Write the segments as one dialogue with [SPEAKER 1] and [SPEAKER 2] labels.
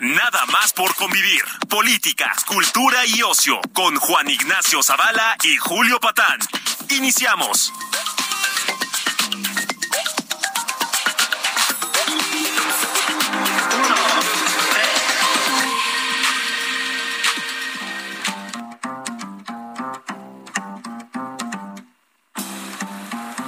[SPEAKER 1] Nada más por convivir. Política, cultura y ocio con Juan Ignacio Zavala y Julio Patán. Iniciamos.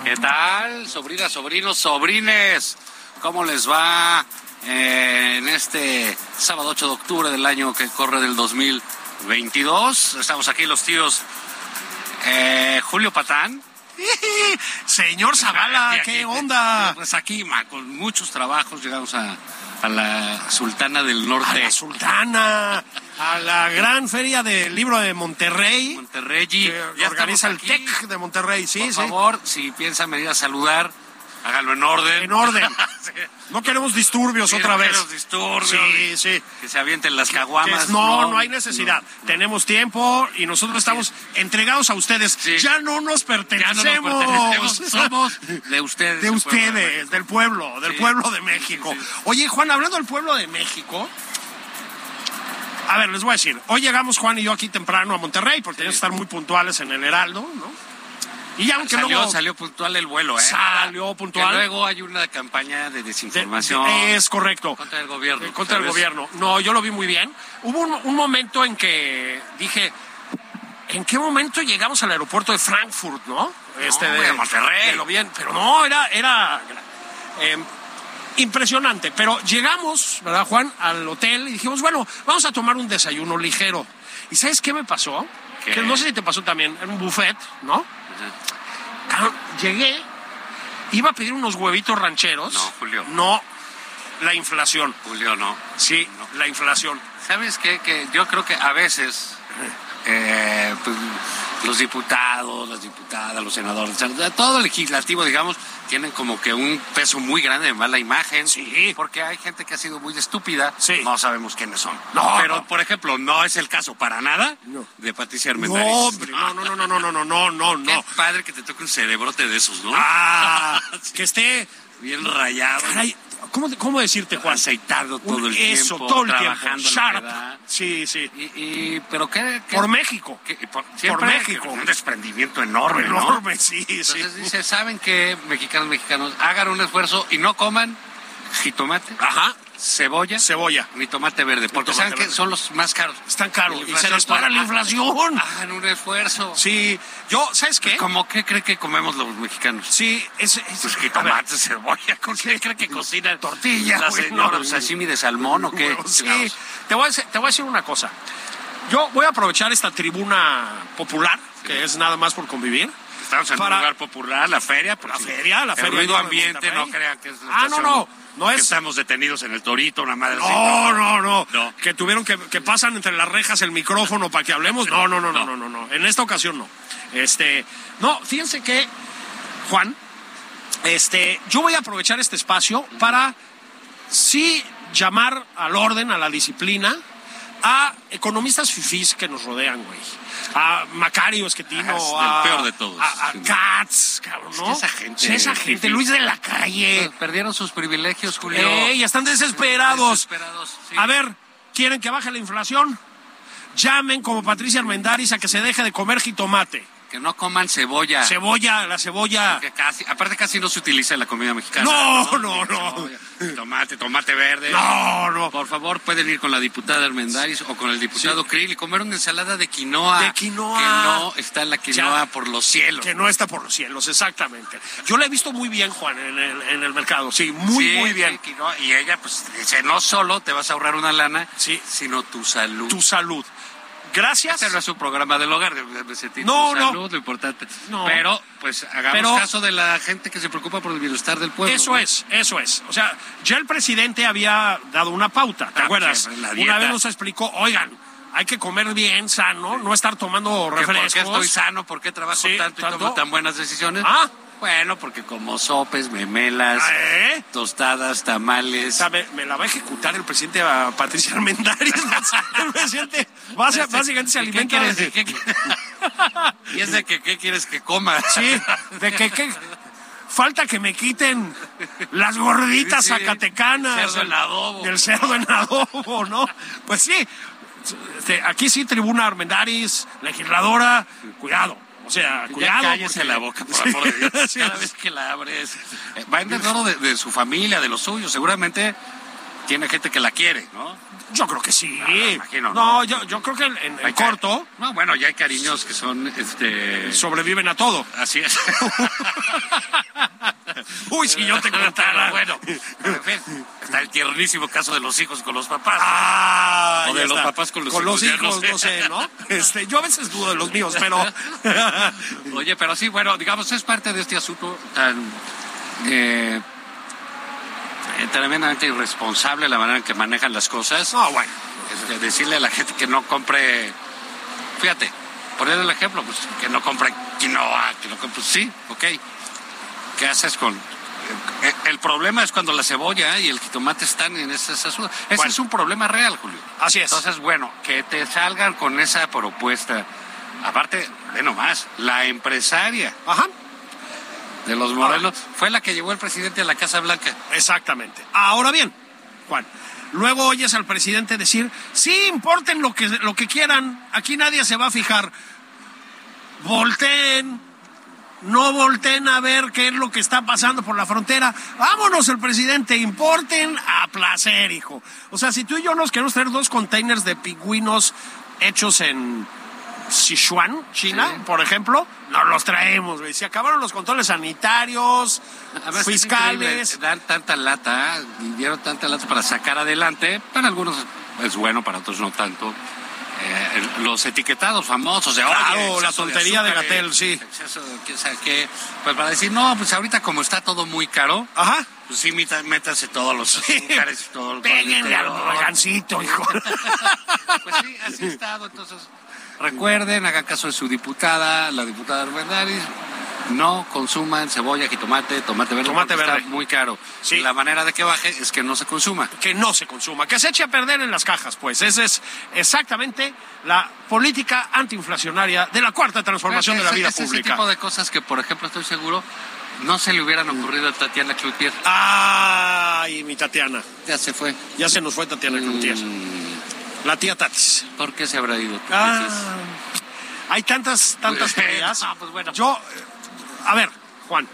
[SPEAKER 2] ¿Qué tal, sobrinas, sobrinos, sobrines? ¿Cómo les va eh, en este sábado 8 de octubre del año que corre del 2022? Estamos aquí los tíos eh, Julio Patán.
[SPEAKER 3] Señor Zavala,
[SPEAKER 2] Y aquí-
[SPEAKER 3] ¿qué onda?
[SPEAKER 2] Pues aquí, ma, con muchos trabajos, llegamos a, a la Sultana del
[SPEAKER 3] A
[SPEAKER 2] Norte,
[SPEAKER 3] la sultana, a la gran feria del libro de Monterrey,
[SPEAKER 2] Monterrey.
[SPEAKER 3] que
[SPEAKER 2] Ya
[SPEAKER 3] organiza el
[SPEAKER 2] estamos aquí.
[SPEAKER 3] TEC de Monterrey, sí,
[SPEAKER 2] Por
[SPEAKER 3] sí.
[SPEAKER 2] favor, si piensan venir a saludar, háganlo en orden.
[SPEAKER 3] En orden.
[SPEAKER 2] Sí.
[SPEAKER 3] No queremos disturbios
[SPEAKER 2] Sí,
[SPEAKER 3] otra
[SPEAKER 2] no
[SPEAKER 3] vez.
[SPEAKER 2] queremos disturbios. Ah,
[SPEAKER 3] Sí, sí.
[SPEAKER 2] Que se avienten las caguamas.
[SPEAKER 3] Que- no, no, hay necesidad. Tenemos tiempo y nosotros estamos entregados a ustedes.
[SPEAKER 2] Sí.
[SPEAKER 3] Ya no nos
[SPEAKER 2] Ya
[SPEAKER 3] pertenecemos.
[SPEAKER 2] no nos pertenecemos, somos de ustedes.
[SPEAKER 3] de
[SPEAKER 2] del pueblo de
[SPEAKER 3] ustedes,
[SPEAKER 2] México.
[SPEAKER 3] del pueblo, del
[SPEAKER 2] Sí.
[SPEAKER 3] pueblo de
[SPEAKER 2] Sí,
[SPEAKER 3] México.
[SPEAKER 2] sí, sí.
[SPEAKER 3] Oye, Juan, hablando del pueblo de México. A ver, les voy a decir, hoy llegamos Juan y yo aquí temprano a Monterrey porque teníamos que estar muy puntuales en el Heraldo, ¿no? Y ya aunque
[SPEAKER 2] Salió,
[SPEAKER 3] luego
[SPEAKER 2] salió puntual el vuelo, ¿eh?
[SPEAKER 3] Salió puntual.
[SPEAKER 2] Que luego hay una campaña de
[SPEAKER 3] de-
[SPEAKER 2] desinformación
[SPEAKER 3] de- es correcto.
[SPEAKER 2] contra el gobierno.
[SPEAKER 3] Eh, Contra el
[SPEAKER 2] ¿sabes?
[SPEAKER 3] gobierno. No, yo lo vi muy bien. Hubo un, un momento en que dije, ¿en qué momento llegamos al aeropuerto de Frankfurt, no? Este
[SPEAKER 2] güey, a Monterrey.
[SPEAKER 3] de lo bien, pero no, era, era eh, impresionante. Pero llegamos, ¿verdad, Juan? Al hotel y dijimos, bueno, vamos a tomar un desayuno ligero. ¿Y sabes qué me pasó?
[SPEAKER 2] ¿Qué?
[SPEAKER 3] Que no sé si te pasó también, en un buffet, ¿no? Cabrón, Llegué, iba a pedir unos huevitos rancheros.
[SPEAKER 2] No, Julio.
[SPEAKER 3] No, la inflación.
[SPEAKER 2] Julio, no.
[SPEAKER 3] Sí, la inflación.
[SPEAKER 2] ¿Sabes qué? Que yo creo que a veces eh, pues, los diputados, las diputadas, los senadores, o sea, todo el legislativo, digamos, tienen como que un peso muy grande de mala imagen.
[SPEAKER 3] Sí.
[SPEAKER 2] Porque hay gente que ha sido muy estúpida.
[SPEAKER 3] Sí.
[SPEAKER 2] No sabemos quiénes son.
[SPEAKER 3] No,
[SPEAKER 2] Pero,
[SPEAKER 3] no.
[SPEAKER 2] por ejemplo, no es el caso para nada
[SPEAKER 3] No.
[SPEAKER 2] de Patricia
[SPEAKER 3] No,
[SPEAKER 2] Armendariz.
[SPEAKER 3] hombre, no, no, no, no, no, no, no, no,
[SPEAKER 2] Qué
[SPEAKER 3] no.
[SPEAKER 2] padre que te toque un cerebrote de esos, ¿no?
[SPEAKER 3] Ah, que esté,
[SPEAKER 2] Bien rayado.
[SPEAKER 3] caray, ¿cómo, cómo decirte, Juan?
[SPEAKER 2] aceitado todo
[SPEAKER 3] Un-
[SPEAKER 2] el
[SPEAKER 3] eso,
[SPEAKER 2] tiempo.
[SPEAKER 3] todo el tiempo,
[SPEAKER 2] trabajando a la
[SPEAKER 3] sharp.
[SPEAKER 2] edad.
[SPEAKER 3] Sí, sí.
[SPEAKER 2] Y, y- pero qué, qué-
[SPEAKER 3] Por México.
[SPEAKER 2] que- por, siempre
[SPEAKER 3] México.
[SPEAKER 2] Un desprendimiento enorme, ¿no?
[SPEAKER 3] Enorme, sí, sí.
[SPEAKER 2] Entonces dice, ¿saben qué, mexicanos, mexicanos? Hagan un esfuerzo y no coman jitomate,
[SPEAKER 3] Ajá,
[SPEAKER 2] ¿Eh? cebolla,
[SPEAKER 3] cebolla.
[SPEAKER 2] ni tomate verde, porque
[SPEAKER 3] tomate
[SPEAKER 2] saben que
[SPEAKER 3] verde.
[SPEAKER 2] son los más caros.
[SPEAKER 3] Están caros.
[SPEAKER 2] La
[SPEAKER 3] Y se
[SPEAKER 2] inflación,
[SPEAKER 3] dispara la
[SPEAKER 2] ah,
[SPEAKER 3] inflación.
[SPEAKER 2] Hagan un esfuerzo.
[SPEAKER 3] Sí, yo, ¿sabes qué?
[SPEAKER 2] ¿Cómo qué cree que comemos los mexicanos?
[SPEAKER 3] Sí, es... es-
[SPEAKER 2] Pues
[SPEAKER 3] a ver,
[SPEAKER 2] jitomate, cebolla, ¿con qué cree que cocinan?
[SPEAKER 3] Tortilla,
[SPEAKER 2] La
[SPEAKER 3] güey,
[SPEAKER 2] señora,
[SPEAKER 3] no.
[SPEAKER 2] sashimi de salmón o qué.
[SPEAKER 3] Bueno, sí.
[SPEAKER 2] Chingados.
[SPEAKER 3] te voy, a decir, te voy a decir una cosa. Yo voy a aprovechar esta tribuna popular, que es nada más por convivir.
[SPEAKER 2] Estamos en
[SPEAKER 3] Para-
[SPEAKER 2] un lugar popular, la feria. por
[SPEAKER 1] pues,
[SPEAKER 3] La
[SPEAKER 2] si-
[SPEAKER 3] feria, la
[SPEAKER 2] el
[SPEAKER 3] feria
[SPEAKER 2] ruido
[SPEAKER 3] de
[SPEAKER 2] ambiente,
[SPEAKER 3] Monterrey.
[SPEAKER 2] no crean que es la
[SPEAKER 3] Ah, no,
[SPEAKER 2] estación
[SPEAKER 3] no, no
[SPEAKER 2] que
[SPEAKER 3] es-
[SPEAKER 2] estamos detenidos en el Torito, una madre así.
[SPEAKER 3] No, Oh, no, no,
[SPEAKER 2] No.
[SPEAKER 3] Que tuvieron que, que pasan entre las rejas el micrófono para que hablemos. No, no, no, no, no, no, no. En esta ocasión no. Este, no, fíjense que, Juan, este, yo voy a aprovechar este espacio para sí llamar al orden, a la disciplina, a economistas fifís que nos rodean, güey. A Macario Esquetino,
[SPEAKER 2] Ajá, Ah, es
[SPEAKER 3] a,
[SPEAKER 2] el peor de todos.
[SPEAKER 3] a, a Katz, cabrón,
[SPEAKER 2] Es que
[SPEAKER 3] ¿no?
[SPEAKER 2] esa gente
[SPEAKER 3] Sí, esa gente,
[SPEAKER 2] fifí.
[SPEAKER 3] Luis de la calle.
[SPEAKER 2] Pues Perdieron sus privilegios, Julio.
[SPEAKER 3] eh. Ey, están desesperados.
[SPEAKER 2] Desesperados, sí.
[SPEAKER 3] A ver, ¿quieren que baje la inflación? Llamen como Patricia Armendáriz a que se deje de comer jitomate.
[SPEAKER 2] Que no coman cebolla.
[SPEAKER 3] Cebolla, la cebolla.
[SPEAKER 2] Que casi, aparte casi no se utiliza en la comida mexicana.
[SPEAKER 3] No, no, no.
[SPEAKER 2] Cebolla, Tomate, tomate verde.
[SPEAKER 3] No, no.
[SPEAKER 2] Por favor, pueden ir con la diputada Armendáriz o con el diputado Krill y comer una ensalada de quinoa.
[SPEAKER 3] De quinoa.
[SPEAKER 2] Que no está la quinoa
[SPEAKER 3] Ya.
[SPEAKER 2] por los cielos.
[SPEAKER 3] Que no está por los cielos, exactamente. Yo la he visto muy bien, Juan, en el, en el mercado. Sí, muy,
[SPEAKER 2] Sí,
[SPEAKER 3] muy bien.
[SPEAKER 2] sí, quinoa. Y ella pues dice, no solo te vas a ahorrar una lana,
[SPEAKER 3] Sí.
[SPEAKER 2] sino tu salud.
[SPEAKER 3] Tu salud. Gracias.
[SPEAKER 2] Este no es un programa del hogar, me- me sentí
[SPEAKER 3] No,
[SPEAKER 2] tu
[SPEAKER 3] no.
[SPEAKER 2] salud, lo importante.
[SPEAKER 3] No.
[SPEAKER 2] Pero, pues, hagamos
[SPEAKER 3] Pero-
[SPEAKER 2] caso de la gente que se preocupa por el bienestar del pueblo.
[SPEAKER 3] Eso
[SPEAKER 2] ¿no?
[SPEAKER 3] es, eso es. O sea, ya el presidente había dado una pauta, ¿te
[SPEAKER 2] Ah,
[SPEAKER 3] acuerdas?
[SPEAKER 2] sí, la dieta.
[SPEAKER 3] Una vez nos explicó, oigan, hay que comer bien, sano, no estar tomando
[SPEAKER 2] Que ¿Por qué
[SPEAKER 3] refrescos.
[SPEAKER 2] estoy sano? ¿Por qué trabajo
[SPEAKER 3] Sí,
[SPEAKER 2] tanto y
[SPEAKER 3] tanto.
[SPEAKER 2] tomo tan buenas decisiones?
[SPEAKER 3] Ah.
[SPEAKER 2] Bueno, porque como sopes, memelas,
[SPEAKER 3] Ah, ¿eh?
[SPEAKER 2] tostadas, tamales.
[SPEAKER 3] O sea, me, me la va a ejecutar el presidente a Patricia Armendáriz. el presidente basi- básicamente se
[SPEAKER 2] Este, ¿Y qué
[SPEAKER 3] alimenta
[SPEAKER 2] quieres?
[SPEAKER 3] de-
[SPEAKER 2] ¿Y qué quieres? y es de que, ¿qué quieres que coma?
[SPEAKER 3] Sí, de que, que- falta que me quiten las gorditas
[SPEAKER 2] Sí, sí.
[SPEAKER 3] zacatecanas.
[SPEAKER 2] Cerdo en adobo.
[SPEAKER 3] Del cerdo en adobo, ¿no? Pues sí, este, aquí sí, tribuna Armendaris, legisladora, cuidado. O sea, cuidado.
[SPEAKER 2] ya cállese
[SPEAKER 3] porque-
[SPEAKER 2] la boca, por amor de Dios.
[SPEAKER 3] Sí,
[SPEAKER 2] Cada vez que la abres, eh, va en desorden de, de su familia, de los suyos. Seguramente tiene gente que la quiere, ¿no?
[SPEAKER 3] Yo creo que sí.
[SPEAKER 2] No, Ah, me imagino,
[SPEAKER 3] no,
[SPEAKER 2] ¿no?
[SPEAKER 3] yo, yo creo que en, en
[SPEAKER 2] Hay ca-
[SPEAKER 3] corto
[SPEAKER 2] No, bueno, ya hay cariños que son, este...
[SPEAKER 3] sobreviven a todo.
[SPEAKER 2] Así es.
[SPEAKER 3] Uy, si yo te
[SPEAKER 2] Pero
[SPEAKER 3] contara.
[SPEAKER 2] bueno, en fin, está el tiernísimo caso de los hijos con los papás.
[SPEAKER 3] Ah,
[SPEAKER 2] O
[SPEAKER 3] ya
[SPEAKER 2] de los
[SPEAKER 3] está.
[SPEAKER 2] papás con los hijos,
[SPEAKER 3] hijos.
[SPEAKER 2] ya no sé.
[SPEAKER 3] no sé, ¿no? Este, yo a veces dudo de los míos, pero.
[SPEAKER 2] Oye, pero sí, bueno, digamos, es parte de este asunto tan eh, eh, tremendamente irresponsable la manera en que manejan las cosas.
[SPEAKER 3] No, bueno.
[SPEAKER 2] Este, decirle a la gente que no compre, fíjate, poner el ejemplo, pues que no compre quinoa, que no compre, pues, sí, ok. ¿Qué haces con...? eh, El problema es cuando la cebolla y el jitomate están en esas asuntos. Ese
[SPEAKER 3] Bueno.
[SPEAKER 2] es un problema real, Julio.
[SPEAKER 3] Así es.
[SPEAKER 2] Entonces, bueno, que te salgan con esa propuesta. Aparte, ve nomás, la empresaria
[SPEAKER 3] Ajá.
[SPEAKER 2] de los Morelos fue la que llevó el presidente a la Casa Blanca.
[SPEAKER 3] Exactamente. Ahora bien, Juan, luego oyes al presidente decir, sí, importen lo que, lo que quieran, aquí nadie se va a fijar. Volteen, no volteen a ver qué es lo que está pasando por la frontera. Vámonos, el presidente, importen a placer, hijo. O sea, si tú y yo nos queremos traer dos containers de pingüinos hechos en Sichuan, China,
[SPEAKER 2] Sí.
[SPEAKER 3] por ejemplo, nos los traemos, güey. Se acabaron los controles sanitarios,
[SPEAKER 2] Además, es
[SPEAKER 3] fiscales.
[SPEAKER 2] increíble, Dan tanta lata, ¿eh? Y dieron tanta lata para sacar adelante. Para algunos es bueno, para otros no tanto. Eh, el- los etiquetados famosos de
[SPEAKER 3] Claro,
[SPEAKER 2] "Oye,
[SPEAKER 3] la
[SPEAKER 2] exceso
[SPEAKER 3] tontería de
[SPEAKER 2] azúcar, eh,
[SPEAKER 3] Gatell, sí.
[SPEAKER 2] exceso de quién sabe qué". Pues para decir, no, pues ahorita como está todo muy caro,
[SPEAKER 3] Ajá.
[SPEAKER 2] pues sí, mita- métase todos los azúcares y todo.
[SPEAKER 3] Péguenle al
[SPEAKER 2] todo.
[SPEAKER 3] gancito, hijo.
[SPEAKER 2] Pues sí, así ha estado. Entonces, recuerden, hagan caso de su diputada, la diputada Armendáriz. No consuman cebolla, jitomate, tomate verde.
[SPEAKER 3] Tomate
[SPEAKER 2] porque
[SPEAKER 3] verde.
[SPEAKER 2] Está muy caro.
[SPEAKER 3] Sí.
[SPEAKER 2] La manera de que baje es que no se consuma.
[SPEAKER 3] Que no se consuma, que se eche a perder en las cajas, pues. Esa es exactamente la política antiinflacionaria de la cuarta transformación de la
[SPEAKER 2] Es-
[SPEAKER 3] vida
[SPEAKER 2] es Ese
[SPEAKER 3] pública.
[SPEAKER 2] tipo de cosas que, por ejemplo, estoy seguro, no se le hubieran ocurrido a Tatiana Cloutier.
[SPEAKER 3] Ay, mi Tatiana.
[SPEAKER 2] Ya se fue.
[SPEAKER 3] Ya se nos fue
[SPEAKER 2] Mm.
[SPEAKER 3] Tatiana Cloutier. La tía Tatis.
[SPEAKER 2] ¿Por qué se habrá ido? ¿Tú
[SPEAKER 3] Ah.
[SPEAKER 2] crees?
[SPEAKER 3] hay tantas, tantas
[SPEAKER 2] Bueno,
[SPEAKER 3] teorías.
[SPEAKER 2] pues bueno.
[SPEAKER 3] Yo, eh, a ver, Juan.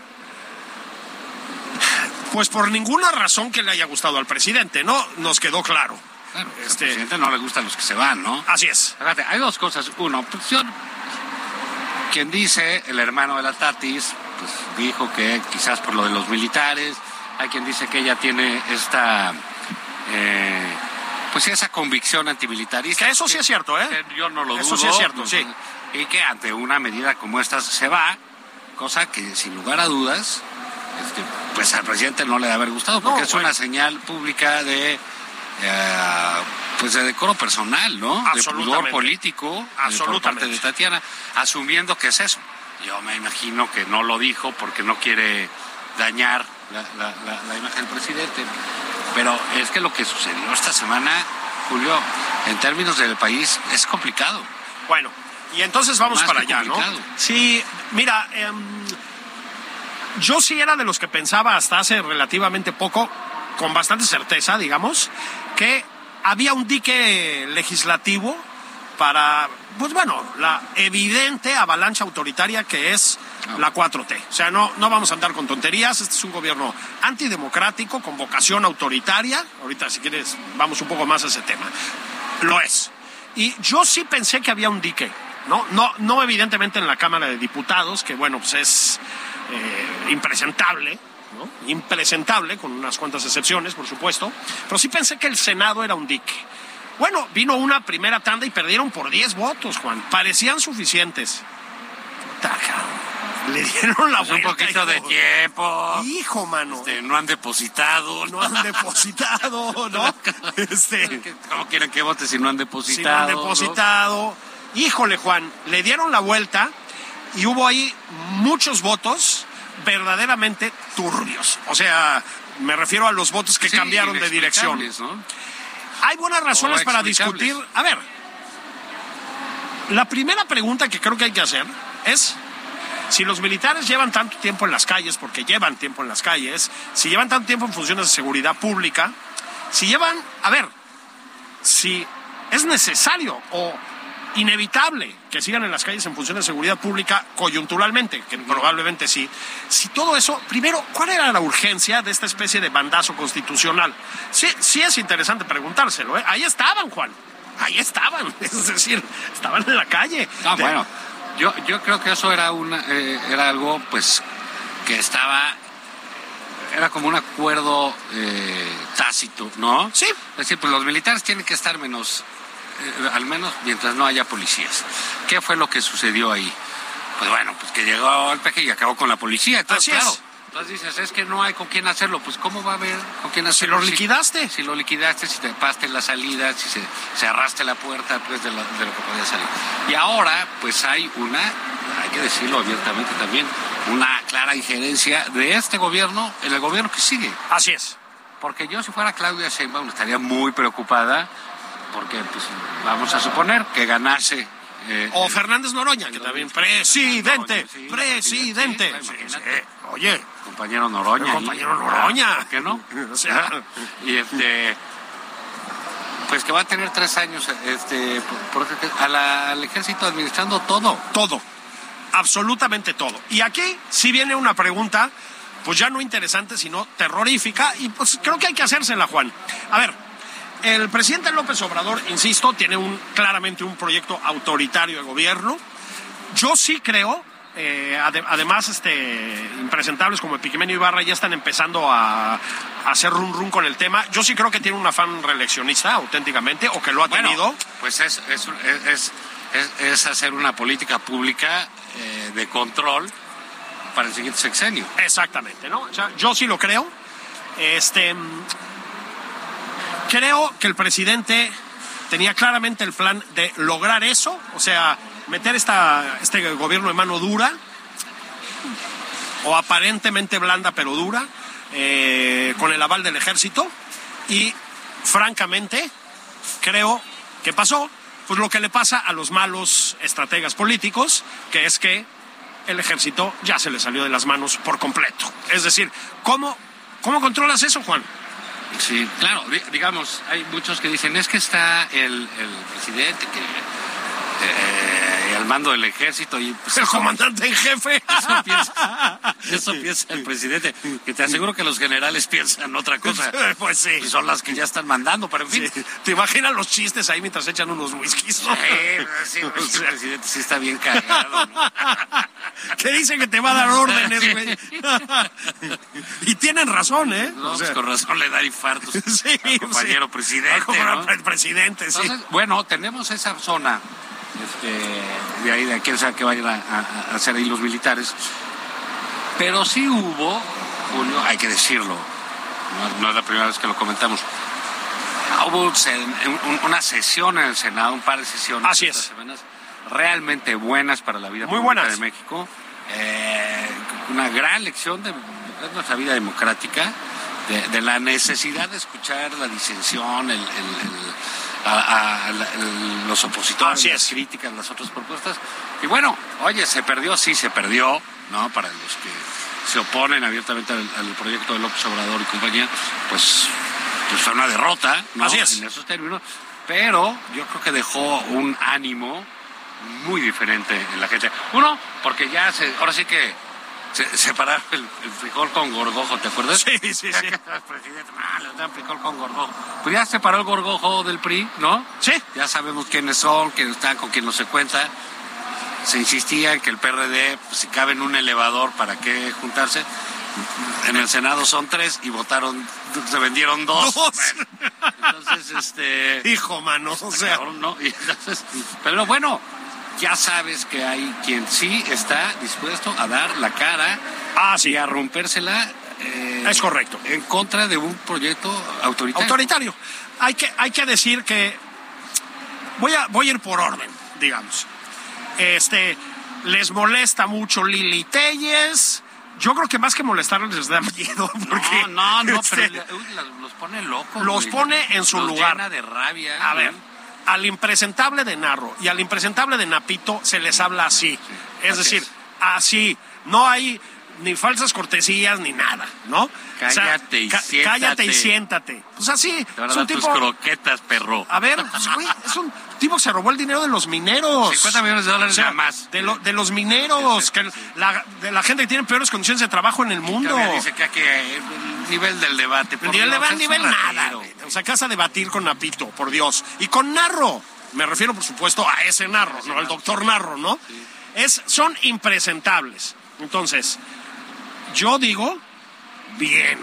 [SPEAKER 3] Pues por ninguna razón que le haya gustado al presidente, ¿no? Nos quedó claro.
[SPEAKER 2] Claro, pues,
[SPEAKER 3] Este-
[SPEAKER 2] Al presidente no le gustan los que se van, ¿no?
[SPEAKER 3] Así es.
[SPEAKER 2] Fíjate, hay dos cosas. Uno, pues yo- quien dice, el hermano de la Tatis, pues dijo que quizás por lo de los militares, hay quien dice que ella tiene esta, eh, pues esa convicción antimilitarista.
[SPEAKER 3] Que eso sí es cierto, ¿eh?
[SPEAKER 2] Que Yo no lo
[SPEAKER 3] Eso
[SPEAKER 2] dudo.
[SPEAKER 3] sí es cierto, sí.
[SPEAKER 2] Y que ante una medida como esta se va, cosa que sin lugar a dudas, este, pues al presidente no le debe haber gustado, porque
[SPEAKER 3] No,
[SPEAKER 2] es
[SPEAKER 3] bueno.
[SPEAKER 2] una señal pública de, eh, pues de decoro personal, ¿no? de
[SPEAKER 3] Absolutamente.
[SPEAKER 2] pudor político eh, por
[SPEAKER 3] Absolutamente.
[SPEAKER 2] parte de Tatiana, asumiendo que es eso. Yo me imagino que no lo dijo porque no quiere dañar la, la- la- la imagen del presidente. Pero es que lo que sucedió esta semana, Julio, en términos del país, es complicado.
[SPEAKER 3] Bueno, y entonces vamos
[SPEAKER 2] Más
[SPEAKER 3] para
[SPEAKER 2] que
[SPEAKER 3] allá, ¿no?
[SPEAKER 2] complicado.
[SPEAKER 3] Sí, mira, em, yo sí era de los que pensaba hasta hace relativamente poco, con bastante certeza, digamos, que había un dique legislativo para, pues bueno, la evidente avalancha autoritaria que es
[SPEAKER 2] Ah.
[SPEAKER 3] la 4T. O sea, no, no vamos a andar con tonterías, este es un gobierno antidemocrático, con vocación autoritaria, ahorita si quieres vamos un poco más a ese tema, lo es. Y yo sí pensé que había un dique, ¿no? No, no evidentemente en la Cámara de Diputados, que bueno, pues es eh, impresentable, ¿no? Impresentable, con unas cuantas excepciones, por supuesto, pero sí pensé que el Senado era un dique. Bueno, vino una primera tanda y perdieron por 10 votos, Juan. Parecían suficientes. Puta, cabrón. Le dieron la
[SPEAKER 2] Pues un
[SPEAKER 3] vuelta,
[SPEAKER 2] poquito de
[SPEAKER 3] hijo.
[SPEAKER 2] tiempo.
[SPEAKER 3] Hijo, mano. eh,
[SPEAKER 2] Este, no han depositado.
[SPEAKER 3] No han depositado, ¿no? Este,
[SPEAKER 2] ¿Cómo quieren que vote si no han depositado?
[SPEAKER 3] si no han
[SPEAKER 2] no?
[SPEAKER 3] depositado. Híjole, Juan, le dieron la vuelta y hubo ahí muchos votos verdaderamente turbios. O sea, me refiero a los votos que
[SPEAKER 2] Sí,
[SPEAKER 3] cambiaron de dirección.
[SPEAKER 2] inexplicables, ¿no?
[SPEAKER 3] Hay buenas razones
[SPEAKER 2] O
[SPEAKER 3] para
[SPEAKER 2] explicables.
[SPEAKER 3] discutir. A ver, la primera pregunta que creo que hay que hacer es si los militares llevan tanto tiempo en las calles, porque llevan tiempo en las calles, si llevan tanto tiempo en funciones de seguridad pública, si llevan, a ver, si es necesario o inevitable que sigan en las calles en funciones de seguridad pública coyunturalmente, que probablemente sí. Si todo eso, primero, ¿cuál era la urgencia de esta especie de bandazo constitucional? Sí, sí es interesante preguntárselo, ¿eh? Ahí estaban, Juan. Ahí estaban, es decir, estaban en la calle.
[SPEAKER 2] Ah,
[SPEAKER 3] De-
[SPEAKER 2] bueno. Yo, yo creo que eso era, una, eh, era algo, pues, que estaba. Era como un acuerdo eh, tácito, ¿no?
[SPEAKER 3] Sí.
[SPEAKER 2] Es decir, pues los militares tienen que estar menos. eh, al menos mientras no haya policías. ¿Qué fue lo que sucedió ahí? Pues bueno, pues que llegó el peje y acabó con la policía. Entonces,
[SPEAKER 3] Así es.
[SPEAKER 2] claro. Entonces dices, es que no hay con quién hacerlo. Pues, ¿cómo va a haber con quién
[SPEAKER 3] Si
[SPEAKER 2] hacerlo?
[SPEAKER 3] los liquidaste.
[SPEAKER 2] si lo liquidaste, si te tapaste la salida, si se, cerraste la puerta pues, de, la- de lo que podía salir. Y ahora, pues hay una, hay que decirlo abiertamente también, una clara injerencia de este gobierno en el gobierno que sigue.
[SPEAKER 3] Así es.
[SPEAKER 2] Porque yo si fuera Claudia Sheinbaum estaría muy preocupada porque pues, vamos a suponer que ganase... eh,
[SPEAKER 3] O Fernández Noroña, que también. Presidente,
[SPEAKER 2] Sí,
[SPEAKER 3] presidente.
[SPEAKER 2] claro,
[SPEAKER 3] Sí, sí.
[SPEAKER 2] imagínate.
[SPEAKER 3] Oye,
[SPEAKER 2] compañero Noroña.
[SPEAKER 3] El compañero Noroña.
[SPEAKER 2] ¿Por ¿Qué no?
[SPEAKER 3] O sea.
[SPEAKER 2] y este. Pues que va a tener tres años este, por- por- a la- al ejército administrando todo.
[SPEAKER 3] todo, absolutamente todo. Y aquí sí viene una pregunta, pues ya no interesante, sino terrorífica, y pues creo que hay que hacérsela, Juan. A ver, el presidente López Obrador, insisto, tiene un, claramente un proyecto autoritario de gobierno. Yo sí creo, eh, ade- además, este, impresentables como Epiquemenio Ibarra ya están empezando a, a hacer run run con el tema. Yo sí creo que tiene un afán reeleccionista, auténticamente, o que lo ha tenido.
[SPEAKER 2] pues es, es, es, es- es hacer una política pública eh, de control para el siguiente sexenio.
[SPEAKER 3] Exactamente, ¿no? O sea, yo sí lo creo. Este mm, creo que el presidente tenía claramente el plan de lograr eso, o sea, meter esta, este gobierno de mano dura o aparentemente blanda pero dura, eh, con el aval del ejército y francamente creo que pasó pues lo que le pasa a los malos estrategas políticos, que es que el ejército ya se le salió de las manos por completo. Es decir, ¿cómo, cómo controlas eso, Juan?
[SPEAKER 2] Sí, claro, di- digamos, hay muchos que dicen, es que está el, el presidente que, eh, al mando del ejército y pues,
[SPEAKER 3] El
[SPEAKER 2] eso-
[SPEAKER 3] comandante en jefe.
[SPEAKER 2] Eso piensa, eso piensa el presidente, que te aseguro que los generales piensan otra cosa.
[SPEAKER 3] Pues sí.
[SPEAKER 2] Y son las que ya están mandando, pero en fin.
[SPEAKER 3] Sí. ¿Te imaginas los chistes ahí mientras echan unos whiskies?
[SPEAKER 2] Eh, sí, güey, el presidente sí está bien cagado. ¿no?
[SPEAKER 3] que dicen que te va a dar órdenes, güey. y tienen razón, ¿eh?
[SPEAKER 2] No,
[SPEAKER 3] O
[SPEAKER 2] pues
[SPEAKER 3] sea,
[SPEAKER 2] con razón le da infartos
[SPEAKER 3] sí,
[SPEAKER 2] al compañero
[SPEAKER 3] sí.
[SPEAKER 2] presidente.
[SPEAKER 1] Ah,
[SPEAKER 3] Al compañero
[SPEAKER 2] ¿no?
[SPEAKER 3] pre- presidente, sí.
[SPEAKER 2] Entonces, bueno, tenemos esa zona este, de ahí, de quién sabe que vayan a, a- a hacer ahí los militares. Pero sí hubo, Julio, hay que decirlo, no, no es la primera vez que lo comentamos. Hubo un se- un- una sesión en el Senado, un par de sesiones
[SPEAKER 3] Así
[SPEAKER 2] estas
[SPEAKER 3] es.
[SPEAKER 2] semanas realmente buenas para la vida
[SPEAKER 3] Muy
[SPEAKER 2] pública
[SPEAKER 3] buenas.
[SPEAKER 2] de México. Eh, una gran lección de de nuestra vida democrática, de, de la necesidad de escuchar la disensión, el- el- el- a- a- la- el- los opositores,
[SPEAKER 3] Así
[SPEAKER 2] las
[SPEAKER 3] es.
[SPEAKER 2] críticas, las otras propuestas. Y bueno, oye, se perdió, sí, se perdió, ¿no? Para los que se oponen abiertamente al, al proyecto de López Obrador y compañía, pues, pues fue una derrota, ¿no?
[SPEAKER 3] Así es.
[SPEAKER 2] En esos términos. Pero yo creo que dejó un ánimo muy diferente en la gente. Uno, porque ya se, ahora sí que se, separaron el, el frijol con gorgojo, ¿te acuerdas?
[SPEAKER 3] Sí, sí, sí.
[SPEAKER 2] El presidente, ah, les dan frijol con gorgojo. Pues ya separó el gorgojo del PRI, ¿no?
[SPEAKER 3] Sí.
[SPEAKER 2] Ya sabemos quiénes son, quiénes están, con quién no se cuenta. Se insistía en que el PRD, pues, si cabe en un elevador, ¿para qué juntarse? En el Senado son tres y votaron, se vendieron dos.
[SPEAKER 3] Dos.
[SPEAKER 2] Bueno, Entonces, este.
[SPEAKER 3] Hijo, mano, o sea.
[SPEAKER 2] No, y entonces, pero bueno, ya sabes que hay quien sí está dispuesto a dar la cara
[SPEAKER 3] Ah, sí.
[SPEAKER 2] y a rompérsela. eh,
[SPEAKER 3] Es correcto.
[SPEAKER 2] En contra de un proyecto autoritario.
[SPEAKER 3] Autoritario. Hay que, hay que decir que voy a, voy a ir por orden, digamos. Este, les molesta mucho Lili Telles. Yo creo que más que molestarles les da miedo. Porque,
[SPEAKER 2] no, no, no,
[SPEAKER 3] este,
[SPEAKER 2] pero le- uy, la- los pone locos.
[SPEAKER 3] Los
[SPEAKER 2] güey.
[SPEAKER 3] pone en su
[SPEAKER 2] Los
[SPEAKER 3] lugar.
[SPEAKER 2] llena de rabia.
[SPEAKER 3] A ver, al impresentable de Narro y al impresentable de Napito se les habla así. es
[SPEAKER 2] así
[SPEAKER 3] decir,
[SPEAKER 2] es.
[SPEAKER 3] así. No hay ni falsas cortesías ni nada, ¿no? O sea,
[SPEAKER 2] Cállate y
[SPEAKER 3] ca-
[SPEAKER 2] siéntate.
[SPEAKER 3] Cállate y siéntate. Pues así.
[SPEAKER 2] Te van a
[SPEAKER 3] es
[SPEAKER 2] dar
[SPEAKER 3] un
[SPEAKER 2] tus
[SPEAKER 3] tipo.
[SPEAKER 2] croquetas, perro.
[SPEAKER 3] A ver, pues, güey, es un tipo que se robó el dinero de los mineros.
[SPEAKER 2] 50 millones de dólares
[SPEAKER 3] O sea,
[SPEAKER 2] nada más.
[SPEAKER 3] De, lo- de los mineros, que la, de la gente que tiene peores condiciones de trabajo en el mundo.
[SPEAKER 2] Todavía Dice que aquí eh, el nivel del debate.
[SPEAKER 3] El
[SPEAKER 2] por
[SPEAKER 3] nivel de
[SPEAKER 2] Dios,
[SPEAKER 3] van,
[SPEAKER 2] es
[SPEAKER 3] nivel
[SPEAKER 2] un
[SPEAKER 3] nada.
[SPEAKER 2] ratero.
[SPEAKER 3] güey. O sea, casa de batir con Napito, por Dios. Y con Narro. Me refiero, por supuesto, a ese Narro, ¿no? Al doctor Narro, ¿no? Es, son impresentables. Entonces, yo digo, bien,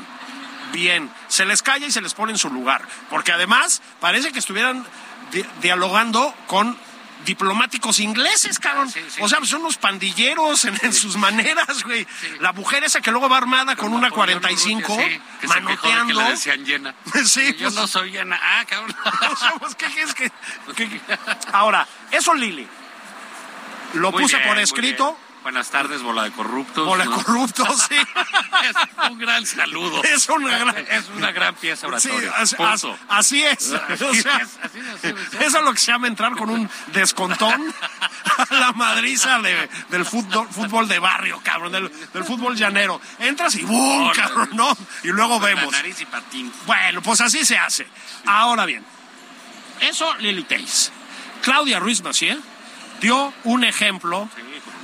[SPEAKER 3] bien. Se les calla y se les pone en su lugar. Porque además, parece que estuvieran di- dialogando con diplomáticos ingleses, cabrón.
[SPEAKER 2] Ah, sí, sí,
[SPEAKER 3] o sea, pues,
[SPEAKER 2] sí.
[SPEAKER 3] son unos pandilleros en, en sus maneras, güey.
[SPEAKER 2] Sí.
[SPEAKER 3] La mujer esa que luego va armada con una
[SPEAKER 2] Napoleón Urrutia,
[SPEAKER 3] 45,
[SPEAKER 2] sí, que se quejó de
[SPEAKER 3] manoteando.
[SPEAKER 2] Que le decían llena.
[SPEAKER 3] Sí,
[SPEAKER 2] Yo
[SPEAKER 3] pues-
[SPEAKER 2] no soy llena. Ah, cabrón.
[SPEAKER 3] O sea, pues, ¿qué crees que- que- Ahora, eso Lili. Lo
[SPEAKER 2] Muy
[SPEAKER 3] puse
[SPEAKER 2] bien,
[SPEAKER 3] por
[SPEAKER 2] muy
[SPEAKER 3] escrito.
[SPEAKER 2] bien. Buenas tardes, bola de corruptos.
[SPEAKER 3] Hola,
[SPEAKER 2] ¿no?
[SPEAKER 3] corrupto, sí.
[SPEAKER 2] Es un gran saludo.
[SPEAKER 3] Es una gran-
[SPEAKER 2] es una gran pieza
[SPEAKER 3] Sí,
[SPEAKER 2] oratoria.
[SPEAKER 3] as- as-
[SPEAKER 2] Punto.
[SPEAKER 3] así es. O sea,
[SPEAKER 2] es, así es, así es.
[SPEAKER 3] eso es lo que se llama entrar con un descontón a la madriza de- del fútbol, fútbol de barrio, cabrón, del, del fútbol llanero. Entras y ¡boom!
[SPEAKER 2] Órale.
[SPEAKER 3] cabrón, ¿no? Y luego
[SPEAKER 2] La
[SPEAKER 3] vemos.
[SPEAKER 2] nariz y patín.
[SPEAKER 3] Bueno, pues así se hace. Ahora bien, eso Lili Teis. Claudia Ruiz Macié dio un ejemplo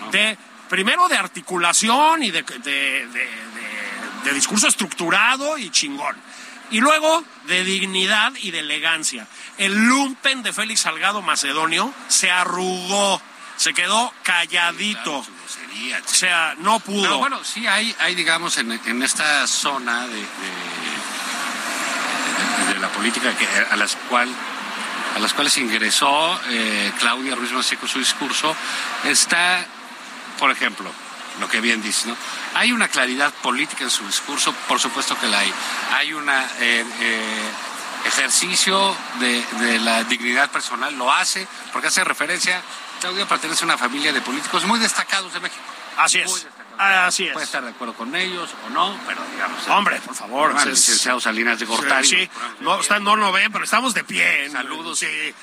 [SPEAKER 3] de, primero de articulación y de, de- de- de- de discurso estructurado y chingón. Y luego de dignidad y de elegancia. El lumpen de Félix Salgado Macedonio se arrugó, se quedó calladito.
[SPEAKER 2] Su grosería,
[SPEAKER 3] O sea, no pudo.
[SPEAKER 2] Pero bueno, sí hay, hay digamos, en, en esta zona de, de- de la política que, a las cual a las cuales ingresó eh, Claudia Ruiz Massieu con su discurso, está, por ejemplo, lo que bien dice, ¿no? Hay una claridad política en su discurso, por supuesto que la hay. Hay un ejercicio de, de la dignidad personal, lo hace, porque hace referencia, Claudia pertenece a una familia de políticos muy destacados de México.
[SPEAKER 3] así
[SPEAKER 2] Muy Pues,
[SPEAKER 3] es.
[SPEAKER 2] destacado.
[SPEAKER 3] Así
[SPEAKER 2] Puede
[SPEAKER 3] es.
[SPEAKER 2] estar de acuerdo con ellos o no, pero digamos.
[SPEAKER 3] Hombre, por favor,
[SPEAKER 2] Bueno,
[SPEAKER 3] o sea, es-
[SPEAKER 2] licenciado Salinas de Gortari.
[SPEAKER 3] Sí, sí. No, usted no lo ve, pero estamos de pie. ¿no?
[SPEAKER 2] Saludos.
[SPEAKER 3] Sí.
[SPEAKER 2] Este-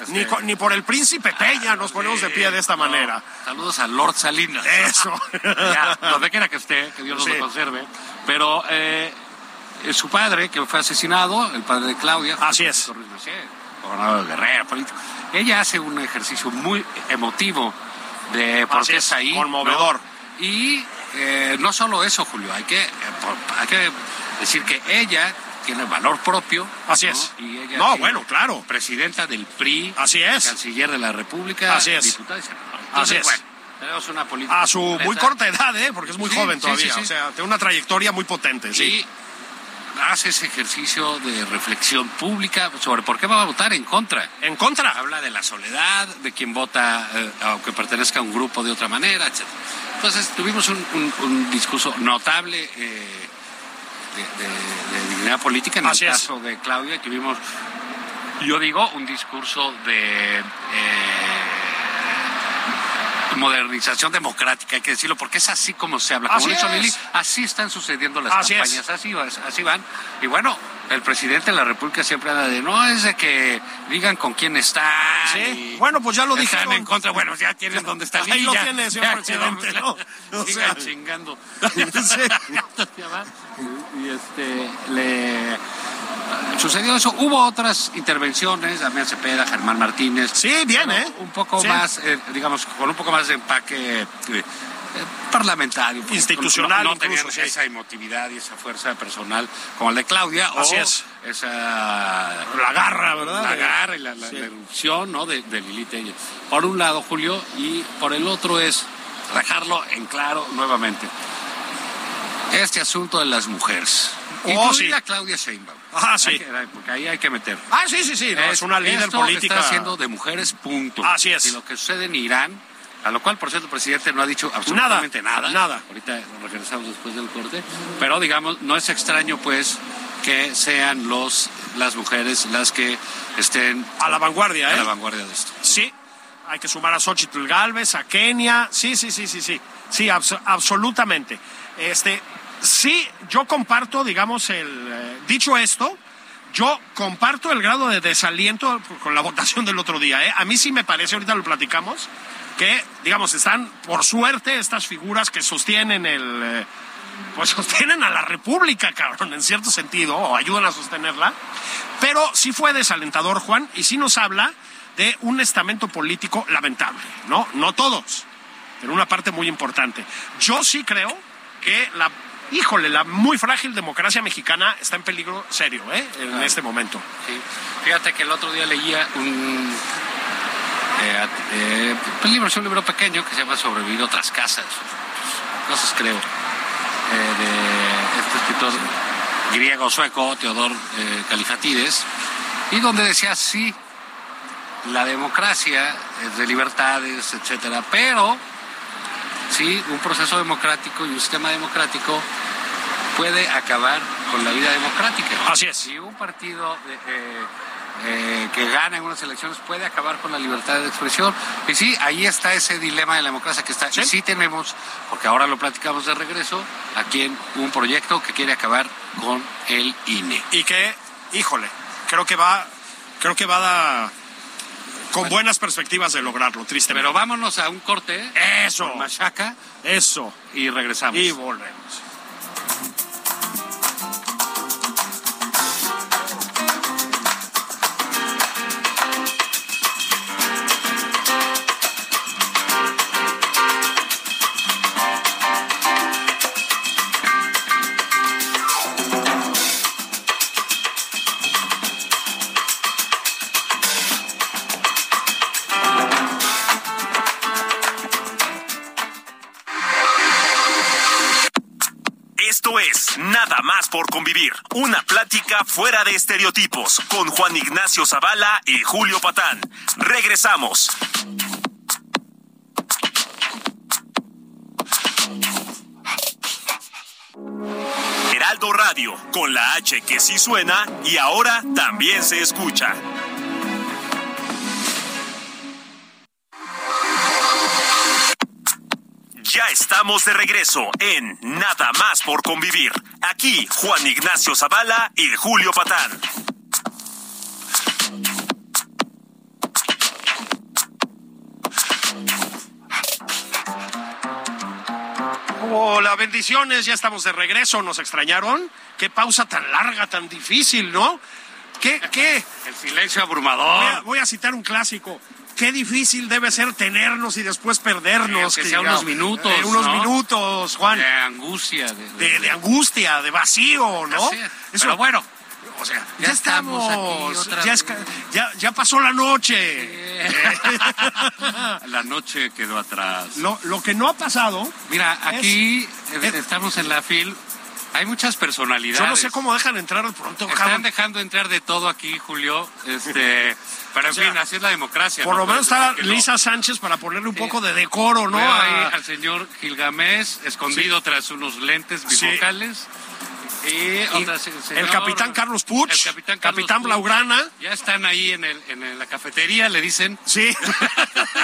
[SPEAKER 2] ah,
[SPEAKER 3] Ni, co- ni por el príncipe Peña nos ponemos de pie de esta
[SPEAKER 2] No,
[SPEAKER 3] manera.
[SPEAKER 2] Saludos a Lord Salinas.
[SPEAKER 3] Eso.
[SPEAKER 2] Ya, donde quiera que esté, que Dios
[SPEAKER 3] Sí.
[SPEAKER 2] nos lo conserve. Pero eh, eh, su padre, que fue asesinado, el padre de Claudia.
[SPEAKER 3] Así es.
[SPEAKER 2] Francisco Ruiz Macié, Gobernador de Guerrero, político. Ella hace un ejercicio muy emotivo de por
[SPEAKER 3] Así
[SPEAKER 2] qué
[SPEAKER 3] es,
[SPEAKER 2] está ahí.
[SPEAKER 3] conmovedor.
[SPEAKER 2] ¿no? Y eh, no solo eso, Julio, hay que, eh, por- hay que decir que ella tiene valor propio.
[SPEAKER 3] Así
[SPEAKER 2] ¿no?
[SPEAKER 3] es.
[SPEAKER 2] Y ella
[SPEAKER 3] No,
[SPEAKER 2] tiene-
[SPEAKER 3] bueno, claro.
[SPEAKER 2] Presidenta del PRI.
[SPEAKER 3] Así es.
[SPEAKER 2] Canciller de la República.
[SPEAKER 3] Así es.
[SPEAKER 2] diputada y senadora.
[SPEAKER 3] Así
[SPEAKER 2] Entonces,
[SPEAKER 3] es.
[SPEAKER 2] bueno, tenemos una política.
[SPEAKER 3] A su muy
[SPEAKER 2] completa.
[SPEAKER 3] corta edad, ¿eh? Porque es muy
[SPEAKER 2] Sí,
[SPEAKER 3] joven
[SPEAKER 2] sí,
[SPEAKER 3] todavía.
[SPEAKER 2] sí, sí.
[SPEAKER 3] O sea, tiene una trayectoria muy potente, sí.
[SPEAKER 2] Y hace ese ejercicio de reflexión pública sobre por qué va a votar en contra.
[SPEAKER 3] En contra.
[SPEAKER 2] Habla de la soledad, de quien vota, eh, aunque pertenezca a un grupo de otra manera, etc. Entonces, tuvimos un, un- un discurso notable eh, de, de- de dignidad política en
[SPEAKER 3] Así
[SPEAKER 2] el
[SPEAKER 3] es.
[SPEAKER 2] caso de Claudia, y tuvimos, yo digo, un discurso de. eh, modernización democrática, hay que decirlo, porque es así como se habla. Como
[SPEAKER 3] Así
[SPEAKER 2] lo hizo
[SPEAKER 3] es.
[SPEAKER 2] Lili, así están sucediendo las
[SPEAKER 3] Así
[SPEAKER 2] campañas,
[SPEAKER 3] es.
[SPEAKER 2] así, va- así van. Y bueno, el presidente de la República siempre habla de, no, es de que digan con quién está.
[SPEAKER 3] Sí. Bueno, pues ya lo
[SPEAKER 2] dije.
[SPEAKER 3] dijeron.
[SPEAKER 2] en contra, bueno, ya tienen donde está
[SPEAKER 3] Ahí
[SPEAKER 2] Lili,
[SPEAKER 3] lo
[SPEAKER 2] ya-
[SPEAKER 3] tiene, señor
[SPEAKER 2] ya
[SPEAKER 3] presidente,
[SPEAKER 2] quedó,
[SPEAKER 3] ¿no? O
[SPEAKER 2] Sigan
[SPEAKER 3] sea.
[SPEAKER 2] chingando.
[SPEAKER 3] Sí.
[SPEAKER 2] Y este, le... Sucedió eso. Hubo otras intervenciones, Damián Cepeda, Germán Martínez.
[SPEAKER 3] Sí, bien,
[SPEAKER 2] Pero
[SPEAKER 3] ¿eh?
[SPEAKER 2] Un poco
[SPEAKER 3] Sí.
[SPEAKER 2] más, eh, digamos, con un poco más de empaque eh, eh, parlamentario. pues,
[SPEAKER 3] Institucional
[SPEAKER 2] No, no tenían
[SPEAKER 3] incluso, sí.
[SPEAKER 2] esa emotividad y esa fuerza personal como la de Claudia.
[SPEAKER 3] Así
[SPEAKER 2] o
[SPEAKER 3] es.
[SPEAKER 2] Esa
[SPEAKER 3] La garra, ¿verdad?
[SPEAKER 2] la garra y la, la-
[SPEAKER 3] Sí.
[SPEAKER 2] la erupción ¿no? de, de Lili Tellez. Por un lado, Julio, y por el otro es dejarlo en claro nuevamente. Este asunto de las mujeres. Y
[SPEAKER 3] Oh,
[SPEAKER 2] tú
[SPEAKER 3] sí.
[SPEAKER 2] dile a Claudia Sheinbaum.
[SPEAKER 3] Ah,
[SPEAKER 2] Hay
[SPEAKER 3] sí.
[SPEAKER 2] que- porque ahí hay que meter.
[SPEAKER 3] Ah, sí, sí, sí. no, es, una líder
[SPEAKER 2] esto
[SPEAKER 3] política.
[SPEAKER 2] está haciendo de mujeres, punto.
[SPEAKER 3] Así es.
[SPEAKER 2] Y lo que sucede en Irán, a lo cual, por cierto, el presidente no ha dicho absolutamente nada.
[SPEAKER 3] Nada, nada.
[SPEAKER 2] Ahorita regresamos después del corte. Pero, digamos, no es extraño, pues, que sean los las mujeres las que estén
[SPEAKER 3] A la vanguardia,
[SPEAKER 2] a
[SPEAKER 3] ¿eh?
[SPEAKER 2] la vanguardia de esto.
[SPEAKER 3] Sí, hay que sumar a Xochitl Galvez, a Kenia. Sí, sí, sí, sí, sí. Sí, abso- absolutamente. Este, sí, yo comparto, digamos, el. eh, dicho esto, yo comparto el grado de desaliento con la votación del otro día. ¿eh? A mí sí me parece, ahorita lo platicamos, que, digamos, están, por suerte, estas figuras que sostienen el. eh, pues sostienen a la República, cabrón, en cierto sentido, o ayudan a sostenerla. Pero sí fue desalentador, Juan, y sí nos habla de un estamento político lamentable, ¿no? No todos, pero una parte muy importante. Yo sí creo que la, híjole, la muy frágil democracia mexicana está en peligro serio, ¿eh? En
[SPEAKER 2] Claro.
[SPEAKER 3] este momento.
[SPEAKER 2] Sí. Fíjate que el otro día leía un, eh, at- eh, pues, libro, es un libro pequeño que se llama Sobrevivir otras casas, cosas creo, eh, de este escritor griego sueco, Teodor eh, Califatides, y donde decía sí, la democracia es de libertades, etcétera, pero sí, un proceso democrático y un sistema democrático puede acabar con la vida democrática.
[SPEAKER 3] Así es.
[SPEAKER 2] Si un partido de- eh, eh, que gana en unas elecciones puede acabar con la libertad de expresión. Y sí, ahí está ese dilema de la democracia que está.
[SPEAKER 3] Sí.
[SPEAKER 2] Y sí tenemos, porque ahora lo platicamos de regreso, aquí en un proyecto que quiere acabar con el E. INE.
[SPEAKER 3] Y que, híjole, creo que va, creo que va a, con buenas perspectivas de lograrlo, triste.
[SPEAKER 2] Pero vámonos a un corte.
[SPEAKER 3] eso,
[SPEAKER 2] Machaca
[SPEAKER 3] eso.
[SPEAKER 2] y regresamos.
[SPEAKER 3] Y volvemos.
[SPEAKER 1] Esto es Nada más por convivir, una plática fuera de estereotipos con Juan Ignacio Zavala y Julio Patán. Regresamos. Heraldo Radio, con la H que sí suena y ahora también se escucha. Ya estamos de regreso en Nada más por convivir. Aquí Juan Ignacio Zavala y Julio Patán.
[SPEAKER 3] Hola, bendiciones, ya estamos de regreso, ¿nos extrañaron? Qué pausa tan larga, tan difícil, ¿no? ¿Qué, qué?
[SPEAKER 2] El silencio
[SPEAKER 3] Voy a,
[SPEAKER 2] abrumador.
[SPEAKER 3] voy a citar un clásico. Qué difícil debe ser tenernos y después perdernos.
[SPEAKER 2] Sí, aunque sea unos minutos,
[SPEAKER 3] Eh, unos
[SPEAKER 2] ¿no?
[SPEAKER 3] minutos, Juan.
[SPEAKER 2] De angustia. De,
[SPEAKER 3] De, de angustia, de vacío, ¿no?
[SPEAKER 2] Así es. Pero bueno,
[SPEAKER 3] o sea, ya,
[SPEAKER 2] ya
[SPEAKER 3] estamos.
[SPEAKER 2] estamos aquí otra
[SPEAKER 3] ya, es
[SPEAKER 2] vez.
[SPEAKER 3] ca- ya, ya pasó la noche. Ah.
[SPEAKER 2] La noche quedó atrás.
[SPEAKER 3] Lo, lo que no ha pasado,
[SPEAKER 2] Mira, aquí
[SPEAKER 3] Es-
[SPEAKER 2] eh, estamos en la fil. Hay muchas personalidades.
[SPEAKER 3] yo no sé cómo dejan entrar al pronto,
[SPEAKER 2] Están
[SPEAKER 3] cabrón.
[SPEAKER 2] dejando entrar de todo aquí, Julio. Este, pero en
[SPEAKER 3] O sea,
[SPEAKER 2] fin, así es la democracia.
[SPEAKER 3] Por
[SPEAKER 2] ¿no?
[SPEAKER 3] lo menos
[SPEAKER 2] Pero
[SPEAKER 3] está
[SPEAKER 2] que no.
[SPEAKER 3] Lisa Sánchez para ponerle un
[SPEAKER 2] Sí.
[SPEAKER 3] poco de decoro, ¿no?
[SPEAKER 2] Veo
[SPEAKER 3] A-
[SPEAKER 2] ahí al señor Gilgamés escondido tras unos lentes
[SPEAKER 3] Sí.
[SPEAKER 2] bifocales. Y otra se-
[SPEAKER 3] el
[SPEAKER 2] señor-
[SPEAKER 3] capitán Carlos Puch,
[SPEAKER 2] El capitán, Carlos Puch.
[SPEAKER 3] Blaugrana.
[SPEAKER 2] Ya están ahí en, el- en el- la cafetería, le dicen.
[SPEAKER 3] Sí.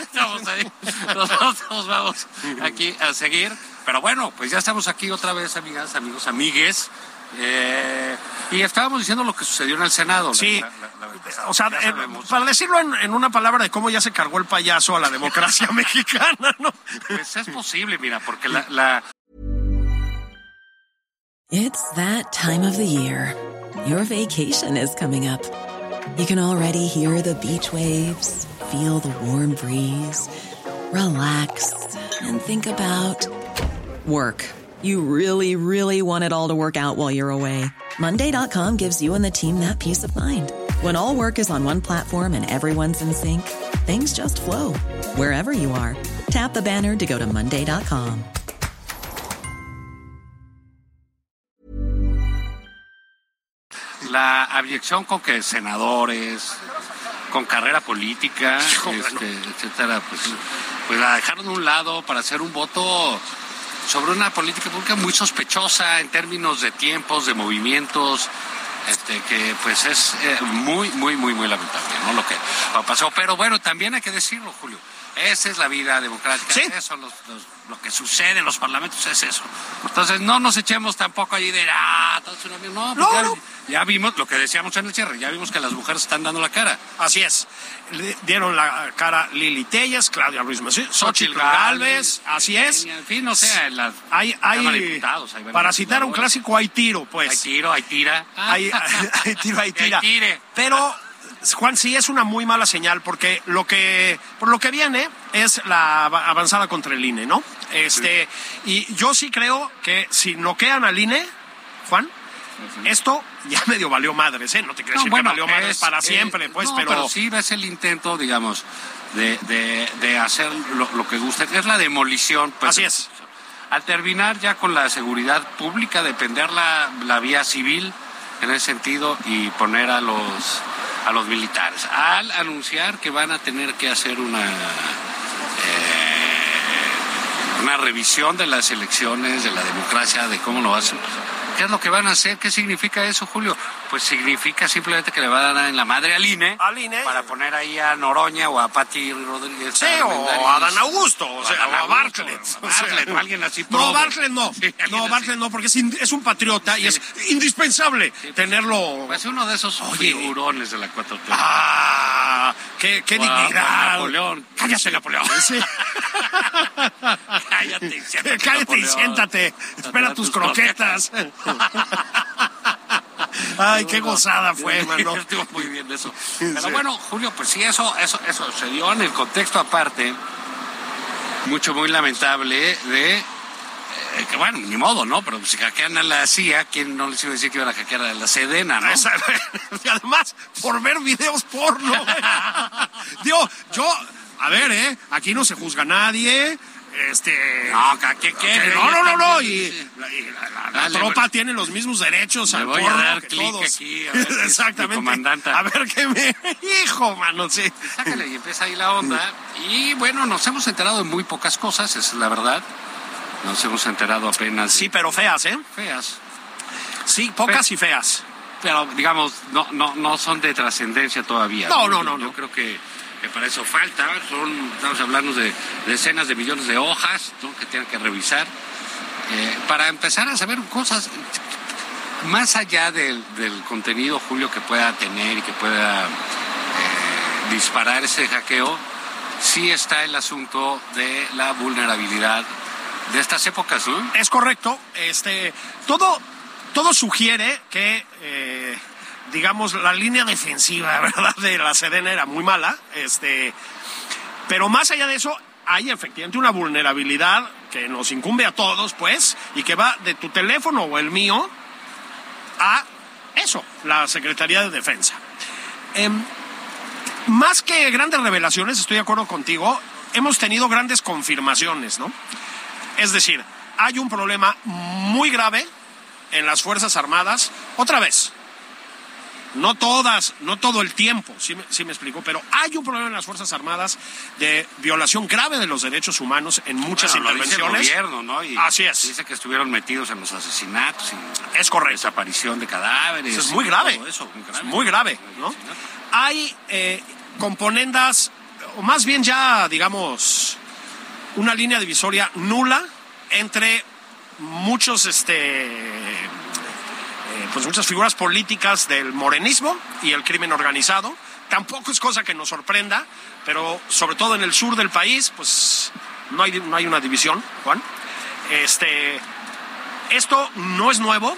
[SPEAKER 2] estamos ahí. Nosotros vamos aquí a seguir. Pero bueno, pues ya estamos aquí otra vez, amigas, amigos, amigues. Eh, y estábamos diciendo lo que sucedió en el Senado. la-
[SPEAKER 3] Sí.
[SPEAKER 2] la- la- la vez pasada.
[SPEAKER 3] O sea,
[SPEAKER 2] Ya
[SPEAKER 3] eh,
[SPEAKER 2] sabemos.
[SPEAKER 3] para decirlo en, en una palabra de cómo ya se cargó el payaso a la democracia mexicana, ¿no?
[SPEAKER 2] Pues es posible, mira, porque la- la,
[SPEAKER 4] It's that time of the year. Your vacation is coming up. You can already hear the beach waves, feel the warm breeze, relax, and think about work. You really, really want it all to work out while you're away. Monday.com gives you and the team that peace of mind. When all work is on one platform and everyone's in sync, things just flow wherever you are. Tap the banner to go to Monday.com.
[SPEAKER 2] la abyección con que senadores, con carrera política, este, etcétera, pues, pues la dejaron a un lado para hacer un voto sobre una política pública muy sospechosa en términos de tiempos, de movimientos, este, que pues es eh, muy, muy, muy, muy lamentable, ¿no? Lo que pasó. Pero bueno, también hay que decirlo, Julio. Esa es la vida democrática.
[SPEAKER 3] Sí.
[SPEAKER 2] Eso, los- los- lo que sucede en los parlamentos es eso. Entonces, no nos echemos tampoco allí de, ah, todo es una mierda". No, pues
[SPEAKER 3] No,
[SPEAKER 2] ya,
[SPEAKER 3] no.
[SPEAKER 2] ya vimos lo que decíamos en el cierre, ya vimos que las mujeres están dando la cara.
[SPEAKER 3] Así es. Le dieron la cara Lili Tellas, Claudia Ruiz Massieu, Xochitl
[SPEAKER 2] Pues Xochitl
[SPEAKER 3] Galvez,
[SPEAKER 2] Gálvez,
[SPEAKER 3] así es.
[SPEAKER 2] En fin, no sé, en la
[SPEAKER 3] Hay,
[SPEAKER 2] Cámara de
[SPEAKER 3] hay,
[SPEAKER 2] Diputados, ahí van
[SPEAKER 3] para
[SPEAKER 2] los
[SPEAKER 3] citar un
[SPEAKER 2] senadores.
[SPEAKER 3] clásico, hay tiro, pues.
[SPEAKER 2] Hay tiro, hay tira.
[SPEAKER 3] Ahí, ahí tiro, ahí
[SPEAKER 2] Ahí
[SPEAKER 3] tira.
[SPEAKER 2] Ah. tire.
[SPEAKER 3] Pero, Juan, sí es una muy mala señal porque lo que, por lo que viene es la av- avanzada contra el INE, ¿no? Este, y yo sí creo que si noquean al INE, Juan, esto ya medio valió madres, ¿eh? No te quiero
[SPEAKER 2] No,
[SPEAKER 3] decir
[SPEAKER 2] bueno,
[SPEAKER 3] que valió madres
[SPEAKER 2] es,
[SPEAKER 3] para
[SPEAKER 2] eh,
[SPEAKER 3] siempre, pues,
[SPEAKER 2] no,
[SPEAKER 3] pero,
[SPEAKER 2] sí ves el intento, digamos, de, de- de hacer lo, lo que guste, que es la demolición. pues,
[SPEAKER 3] Así es.
[SPEAKER 2] Al terminar ya con la seguridad pública, depender la, la vía civil en ese sentido y poner a los a los militares. Al anunciar que van a tener que hacer una eh, una revisión de las elecciones, de la democracia, de cómo lo hacen. ¿Qué es lo que van a hacer? ¿Qué significa eso, Julio? Pues significa simplemente que le van a dar en la madre al INE,
[SPEAKER 3] Al INE.
[SPEAKER 2] para poner ahí a Noroña o a Pati Rodríguez.
[SPEAKER 3] Sí, o a Dan Augusto, o sea, o a
[SPEAKER 2] Adán Augusto,
[SPEAKER 3] Bartlett.
[SPEAKER 2] o a Bartlett, o alguien así
[SPEAKER 3] No,
[SPEAKER 2] probo.
[SPEAKER 3] Bartlett no.
[SPEAKER 2] Sí, alguien
[SPEAKER 3] no,
[SPEAKER 2] así.
[SPEAKER 3] Bartlett no, porque es, in- es un patriota y
[SPEAKER 2] Sí.
[SPEAKER 3] es indispensable tenerlo.
[SPEAKER 2] Pues uno de esos
[SPEAKER 3] Oye.
[SPEAKER 2] figurones de la 4T.
[SPEAKER 3] ¡Ah! ¡Qué, qué
[SPEAKER 2] Guau,
[SPEAKER 3] dignidad!
[SPEAKER 2] Napoleón.
[SPEAKER 3] ¡Cállate, Napoleón!
[SPEAKER 2] Sí. Cállate y siéntate,
[SPEAKER 3] Cállate y
[SPEAKER 2] Napoleón.
[SPEAKER 3] siéntate. Espera
[SPEAKER 2] Espera
[SPEAKER 3] tus
[SPEAKER 2] tus
[SPEAKER 3] croquetas. ¡Ay, qué gozada fue, mano!
[SPEAKER 2] Estuvo muy bien eso.
[SPEAKER 3] Sí.
[SPEAKER 2] Pero bueno, Julio, pues sí, eso, eso, eso se dio en el contexto aparte, mucho muy lamentable de eh, que bueno, ni modo, ¿no? Pero si hackean a la CIA, ¿quién no les iba a decir que iban a hackear a la Sedena, no?
[SPEAKER 3] Esa- y además, por ver videos porno. güey. Digo, yo, a ver, ¿eh? Aquí no se juzga a nadie. Este.
[SPEAKER 2] No, ¿a qué quiere?
[SPEAKER 3] No, no, no, no. Y,
[SPEAKER 2] Sí.
[SPEAKER 3] la- y la, la- la
[SPEAKER 2] Dale,
[SPEAKER 3] tropa
[SPEAKER 2] bueno.
[SPEAKER 3] tiene los mismos derechos
[SPEAKER 2] Le
[SPEAKER 3] al
[SPEAKER 2] voy a
[SPEAKER 3] porno
[SPEAKER 2] dar
[SPEAKER 3] que
[SPEAKER 2] clic
[SPEAKER 3] todos.
[SPEAKER 2] aquí, a ver si es mi
[SPEAKER 3] Exactamente.
[SPEAKER 2] comandanta.
[SPEAKER 3] A ver qué me. Hijo, mano, sí.
[SPEAKER 2] Sácale y empieza ahí la
[SPEAKER 3] Mm.
[SPEAKER 2] onda. Y bueno, nos hemos enterado de muy pocas cosas, esa es la verdad. Nos hemos enterado apenas de
[SPEAKER 3] Sí, pero feas, ¿eh?
[SPEAKER 2] feas.
[SPEAKER 3] Sí, pocas y feas.
[SPEAKER 2] Pero digamos, no, no, no son de trascendencia todavía.
[SPEAKER 3] No, no, no,
[SPEAKER 2] Yo
[SPEAKER 3] no.
[SPEAKER 2] creo que, que para eso falta. Son, estamos hablando de decenas de millones de hojas ¿no? que tienen que revisar. eh, para empezar a saber cosas más allá del, del contenido, Julio, que pueda tener y que pueda eh, disparar ese hackeo, sí está el asunto de la vulnerabilidad de estas épocas, ¿no?
[SPEAKER 3] Es correcto. Este, todo, todo sugiere que, eh, digamos, la línea defensiva, ¿verdad?, de la Sedena era muy mala. Este, pero más allá de eso, hay efectivamente una vulnerabilidad que nos incumbe a todos, pues, y que va de tu teléfono o el mío a eso, la Secretaría de Defensa. Em, más que grandes revelaciones, estoy de acuerdo contigo, hemos tenido grandes confirmaciones, ¿no? Es decir, hay un problema muy grave en las Fuerzas Armadas, otra vez. No todas, no todo el tiempo, sí, me- sí me explico, pero hay un problema en las Fuerzas Armadas de violación grave de los derechos humanos en muchas
[SPEAKER 2] Bueno, lo dice el
[SPEAKER 3] intervenciones.
[SPEAKER 2] gobierno, ¿no? Y
[SPEAKER 3] Así es.
[SPEAKER 2] Dice que estuvieron metidos en los asesinatos y
[SPEAKER 3] Es correcto.
[SPEAKER 2] desaparición de cadáveres.
[SPEAKER 3] Eso es
[SPEAKER 2] y
[SPEAKER 3] muy grave.
[SPEAKER 2] todo eso, muy grave.
[SPEAKER 3] Es Pues muy grave, ¿no? Hay eh, componendas, o más bien ya, digamos, una línea divisoria nula entre muchos, este, eh, pues muchas figuras políticas del morenismo y el crimen organizado. Tampoco es cosa que nos sorprenda, pero sobre todo en el sur del país, pues no hay, no hay una división, Juan. Este, esto no es nuevo,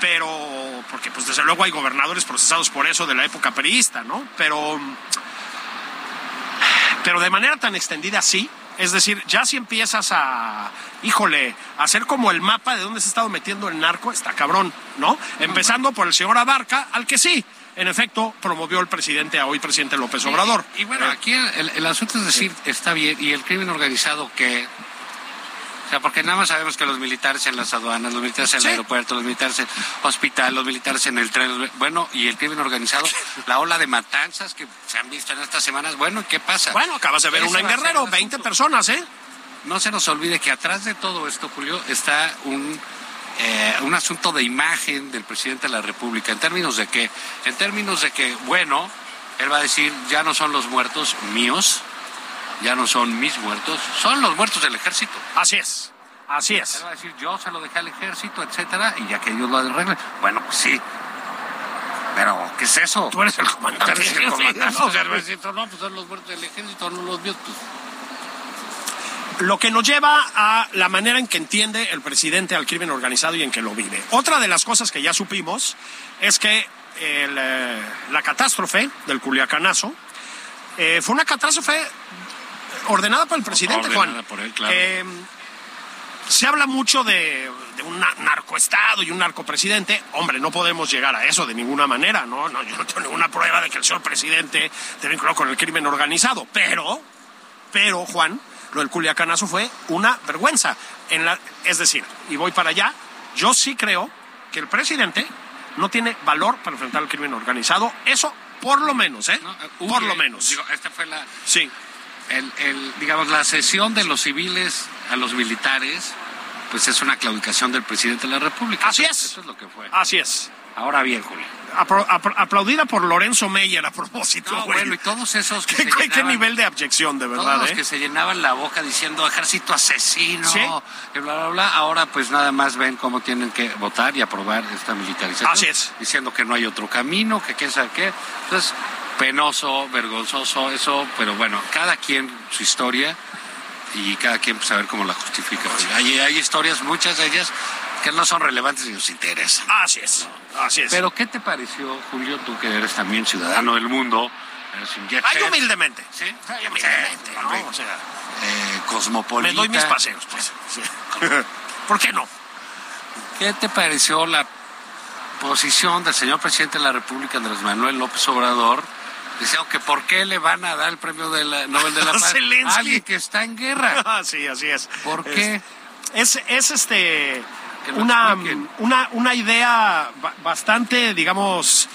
[SPEAKER 3] pero porque pues desde luego hay gobernadores procesados por eso de la época periodista, ¿no? Pero pero de manera tan extendida sí, es decir, ya si empiezas a híjole, a hacer como el mapa de dónde se ha estado metiendo el narco, está cabrón, ¿no? Empezando por el señor Abarca, al que sí, en efecto, promovió el presidente a hoy presidente López Obrador. Eh,
[SPEAKER 2] Y, y bueno, aquí el, el- el asunto es decir, está bien, y el crimen organizado que O sea, porque nada más sabemos que los militares en las aduanas, los militares en el
[SPEAKER 3] Sí.
[SPEAKER 2] aeropuerto, los militares en el hospital, los militares en el tren, los- bueno, y el crimen organizado, la ola de matanzas que se han visto en estas semanas, bueno, ¿y ¿qué pasa?
[SPEAKER 3] Bueno, acabas de ver
[SPEAKER 2] Ese
[SPEAKER 3] una en
[SPEAKER 2] va a ser
[SPEAKER 3] Guerrero,
[SPEAKER 2] el
[SPEAKER 3] 20
[SPEAKER 2] asunto.
[SPEAKER 3] personas, ¿eh?
[SPEAKER 2] No se nos olvide que atrás de todo esto, Julio, está un, eh, un asunto de imagen del presidente de la República. ¿En términos de qué? En términos de que, bueno, él va a decir, ya no son los muertos míos, ya no son mis muertos, son los muertos del ejército.
[SPEAKER 3] Así es, así
[SPEAKER 2] Él
[SPEAKER 3] es.
[SPEAKER 2] va a decir, yo se lo dejé al ejército, etcétera, y ya que ellos lo arreglen. Bueno, pues sí. Pero, ¿qué es eso?
[SPEAKER 3] Tú eres el comandante.
[SPEAKER 2] Tú eres el comandante.
[SPEAKER 3] Sí,
[SPEAKER 2] O sea, él va a decir, no, pues son los muertos del ejército, no los míos. Pues,
[SPEAKER 3] Lo que nos lleva a la manera en que entiende el presidente al crimen organizado y en que lo vive. Otra de las cosas que ya supimos es que el, eh, la catástrofe del Culiacanazo eh, fue una catástrofe ordenada por el presidente,
[SPEAKER 2] Ordenada
[SPEAKER 3] Juan.
[SPEAKER 2] por él, claro.
[SPEAKER 3] Eh, se habla mucho de, de un na- narcoestado y un narcopresidente. Hombre, no podemos llegar a eso de ninguna manera, ¿no? no yo no tengo ninguna prueba de que el señor presidente se vinculó con el crimen organizado, pero pero, Juan, lo del Culiacanazo fue una vergüenza. En la, es decir, y voy para allá, yo sí creo que el presidente no tiene valor para enfrentar el crimen organizado. Eso, por lo menos, ¿eh?
[SPEAKER 2] ¿no? Eh,
[SPEAKER 3] por
[SPEAKER 2] huye.
[SPEAKER 3] lo menos.
[SPEAKER 2] Digo, esta fue la,
[SPEAKER 3] sí.
[SPEAKER 2] el, el, digamos, la cesión de los civiles a los militares, pues es una claudicación del presidente de la República.
[SPEAKER 3] Así
[SPEAKER 2] Eso-
[SPEAKER 3] es.
[SPEAKER 2] Eso es lo que fue.
[SPEAKER 3] Así es.
[SPEAKER 2] Ahora bien, Julio.
[SPEAKER 3] Apro- apro- aplaudida por Lorenzo Meyer a propósito,
[SPEAKER 2] No,
[SPEAKER 3] güey.
[SPEAKER 2] bueno, y todos esos que
[SPEAKER 3] ¿Qué,
[SPEAKER 2] se
[SPEAKER 3] qué- qué
[SPEAKER 2] llenaban-
[SPEAKER 3] nivel de abyección, de
[SPEAKER 2] Todos
[SPEAKER 3] verdad,
[SPEAKER 2] los
[SPEAKER 3] ¿eh?
[SPEAKER 2] que se llenaban la boca diciendo ejército asesino,
[SPEAKER 3] Sí.
[SPEAKER 2] y bla, bla, bla, ahora pues nada más ven cómo tienen que votar y aprobar esta militarización.
[SPEAKER 3] Así es.
[SPEAKER 2] Diciendo que no hay otro camino, que quién sabe qué. Entonces, penoso, vergonzoso, eso, pero bueno, cada quien su historia y cada quien pues, a ver cómo la justifica. Hay, hay historias, muchas de ellas, que no son relevantes y nos interesan.
[SPEAKER 3] Así es. Así es.
[SPEAKER 2] Pero, ¿qué te pareció, Julio, tú que eres también ciudadano del mundo? Eres un jet
[SPEAKER 3] Ay,
[SPEAKER 2] set,
[SPEAKER 3] humildemente.
[SPEAKER 2] Sí,
[SPEAKER 3] Ay,
[SPEAKER 2] Sí,
[SPEAKER 3] humildemente, ¿no?
[SPEAKER 2] hombre.
[SPEAKER 3] O sea,
[SPEAKER 2] eh, cosmopolita.
[SPEAKER 3] me doy mis paseos, pues. Sí. ¿Por qué no?
[SPEAKER 2] ¿Qué te pareció la posición del señor presidente de la República, Andrés Manuel López Obrador, diciendo que por qué le van a dar el premio de la Nobel de la Paz
[SPEAKER 3] Zelensky.
[SPEAKER 2] a alguien que está en guerra?
[SPEAKER 3] Ah, sí, así es.
[SPEAKER 2] ¿Por qué?
[SPEAKER 3] Es, es este
[SPEAKER 2] Que lo
[SPEAKER 3] una,
[SPEAKER 2] expliquen.
[SPEAKER 3] una, una idea ba- bastante, digamos,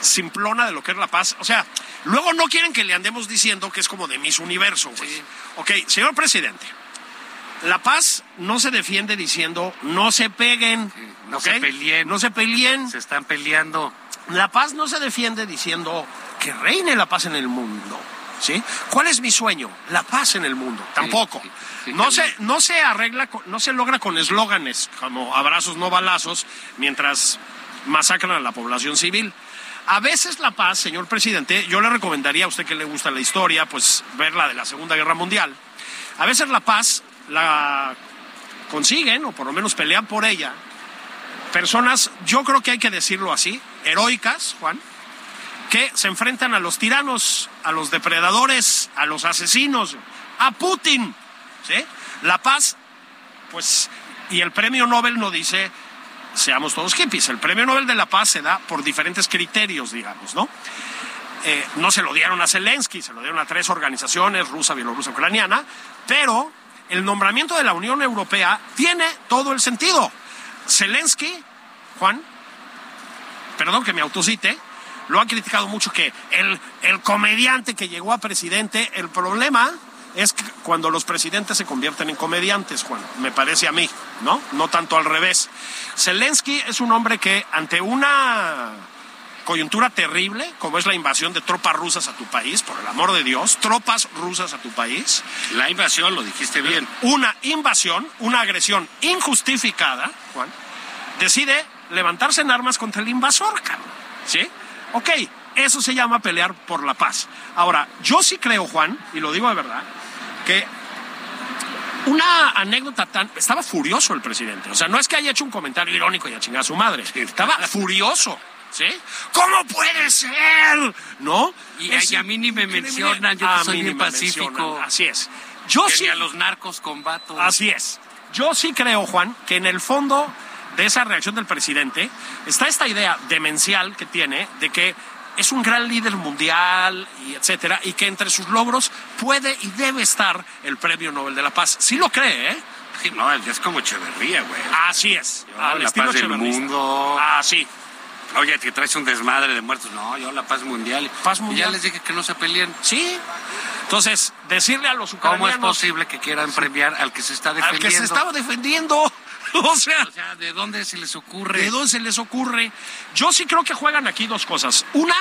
[SPEAKER 3] simplona de lo que es la paz. O sea, luego no quieren que le andemos diciendo que es como de mis universo, güey.
[SPEAKER 2] Sí.
[SPEAKER 3] Ok, señor presidente. La paz no se defiende diciendo no se peguen,
[SPEAKER 2] Sí, no
[SPEAKER 3] ¿ok?
[SPEAKER 2] se peleen.
[SPEAKER 3] no se peleen.
[SPEAKER 2] Se están peleando.
[SPEAKER 3] La paz no se defiende diciendo que reine la paz en el mundo. ¿Sí? ¿Cuál es mi sueño? La paz en el mundo. Tampoco.
[SPEAKER 2] sí, sí,
[SPEAKER 3] no, se,
[SPEAKER 2] también.
[SPEAKER 3] no se arregla, con- no se logra con eslóganes como abrazos no balazos mientras masacran a la población civil. A veces la paz, señor presidente, yo le recomendaría a usted que le gusta la historia, pues ver la de la Segunda Guerra Mundial. A veces la paz la consiguen, o por lo menos pelean por ella, personas, yo creo que hay que decirlo así, heroicas, Juan, que se enfrentan a los tiranos, a los depredadores, a los asesinos, a Putin. ¿sí? La paz, pues, y el premio Nobel no dice seamos todos hippies. El premio Nobel de la Paz se da por diferentes criterios, digamos, ¿no? Eh, no se lo dieron a Zelensky, se lo dieron a tres organizaciones, rusa, bielorrusa, ucraniana, pero el nombramiento de la Unión Europea tiene todo el sentido. Zelensky, Juan, perdón que me autocite, lo han criticado mucho que el, el comediante que llegó a presidente, el problema es que cuando los presidentes se convierten en comediantes, Juan, me parece a mí, ¿no? No tanto al revés. Zelensky es un hombre que ante una coyuntura terrible, como es la invasión de tropas rusas a tu país, por el amor de Dios, tropas rusas a tu país,
[SPEAKER 2] La invasión, lo dijiste bien.
[SPEAKER 3] una invasión, una agresión injustificada, Juan, decide levantarse en armas contra el invasor, cabrón. ¿Sí? Ok, eso se llama pelear por la paz. Ahora, yo sí creo, Juan, y lo digo de verdad, que una anécdota tan. Estaba furioso el presidente. O sea, no es que haya hecho un comentario irónico y a chingar a su madre. Estaba furioso. ¿Sí? ¿Cómo puede ser? ¿No?
[SPEAKER 2] Y a- y a mí ni me mencionan, yo que Ah,
[SPEAKER 3] A mí
[SPEAKER 2] soy
[SPEAKER 3] ni
[SPEAKER 2] bien
[SPEAKER 3] me
[SPEAKER 2] pacífico.
[SPEAKER 3] mencionan, Así es. Yo
[SPEAKER 2] Que
[SPEAKER 3] sí.
[SPEAKER 2] ni a Ah, los narcos combato.
[SPEAKER 3] Así es. Yo sí creo, Juan, que en el fondo de esa reacción del presidente está esta idea demencial que tiene de que es un gran líder mundial y etcétera y que entre sus logros puede y debe estar el Premio Nobel de la Paz. Sí lo cree, ¿eh?
[SPEAKER 2] Sí, no, es como Echeverría, güey.
[SPEAKER 3] Así es.
[SPEAKER 2] Yo,
[SPEAKER 3] al
[SPEAKER 2] la
[SPEAKER 3] estilo Ah,
[SPEAKER 2] paz del
[SPEAKER 3] chevernista.
[SPEAKER 2] mundo.
[SPEAKER 3] Así.
[SPEAKER 2] Oye, que traes un desmadre de muertos. No, yo la paz mundial.
[SPEAKER 3] Paz
[SPEAKER 2] Y
[SPEAKER 3] mundial.
[SPEAKER 2] ya les dije que no se peleen.
[SPEAKER 3] Sí. Entonces, decirle a los
[SPEAKER 2] ¿Cómo es
[SPEAKER 3] ucranianos
[SPEAKER 2] posible que quieran premiar al que se está
[SPEAKER 3] al
[SPEAKER 2] defendiendo?
[SPEAKER 3] que se estaba defendiendo. O sea,
[SPEAKER 2] O sea, ¿de dónde se les ocurre?
[SPEAKER 3] ¿de dónde se les ocurre? Yo sí creo que juegan aquí dos cosas. Una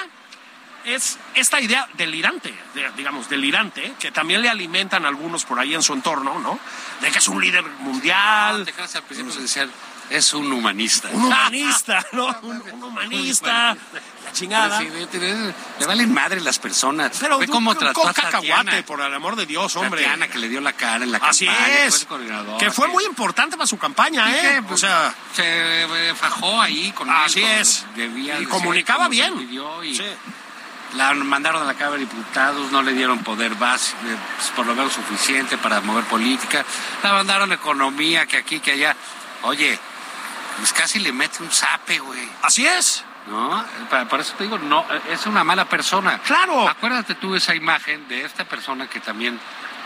[SPEAKER 3] es esta idea delirante, de- digamos, delirante, que también le alimentan algunos por ahí en su entorno, ¿no? De que es un líder
[SPEAKER 2] Ah,
[SPEAKER 3] mundial.
[SPEAKER 2] te quedas al principio de decir, es un humanista.
[SPEAKER 3] Un humanista, ¿no? Un, un humanista. La chingada.
[SPEAKER 2] Presidente, eh, Le valen madre las personas.
[SPEAKER 3] Pero
[SPEAKER 2] Ve
[SPEAKER 3] un-
[SPEAKER 2] cómo
[SPEAKER 3] un-
[SPEAKER 2] trató
[SPEAKER 3] con
[SPEAKER 2] a Tatiana.
[SPEAKER 3] cacahuate, por el amor de Dios, hombre.
[SPEAKER 2] Tatiana que le dio la cara en la
[SPEAKER 3] Así
[SPEAKER 2] campaña. fue
[SPEAKER 3] es.
[SPEAKER 2] el coordinador.
[SPEAKER 3] Que fue muy importante para su campaña,
[SPEAKER 2] Dije,
[SPEAKER 3] ¿eh? O
[SPEAKER 2] pues,
[SPEAKER 3] sea,
[SPEAKER 2] se eh, fajó ahí con él,
[SPEAKER 3] así
[SPEAKER 2] como
[SPEAKER 3] es.
[SPEAKER 2] debía
[SPEAKER 3] Y
[SPEAKER 2] de
[SPEAKER 3] comunicaba
[SPEAKER 2] ser, como se
[SPEAKER 3] bien.
[SPEAKER 2] pidió, y
[SPEAKER 3] Sí.
[SPEAKER 2] La mandaron a la Cámara de Diputados, no le dieron poder básico, eh, pues, por lo menos suficiente para mover política. La mandaron a economía, que aquí, que allá. Oye, pues casi le mete un zape, güey.
[SPEAKER 3] Así es.
[SPEAKER 2] ¿No? Pa- Por eso te digo, no, eh, es una mala persona.
[SPEAKER 3] Claro.
[SPEAKER 2] Acuérdate tú esa imagen de esta persona que también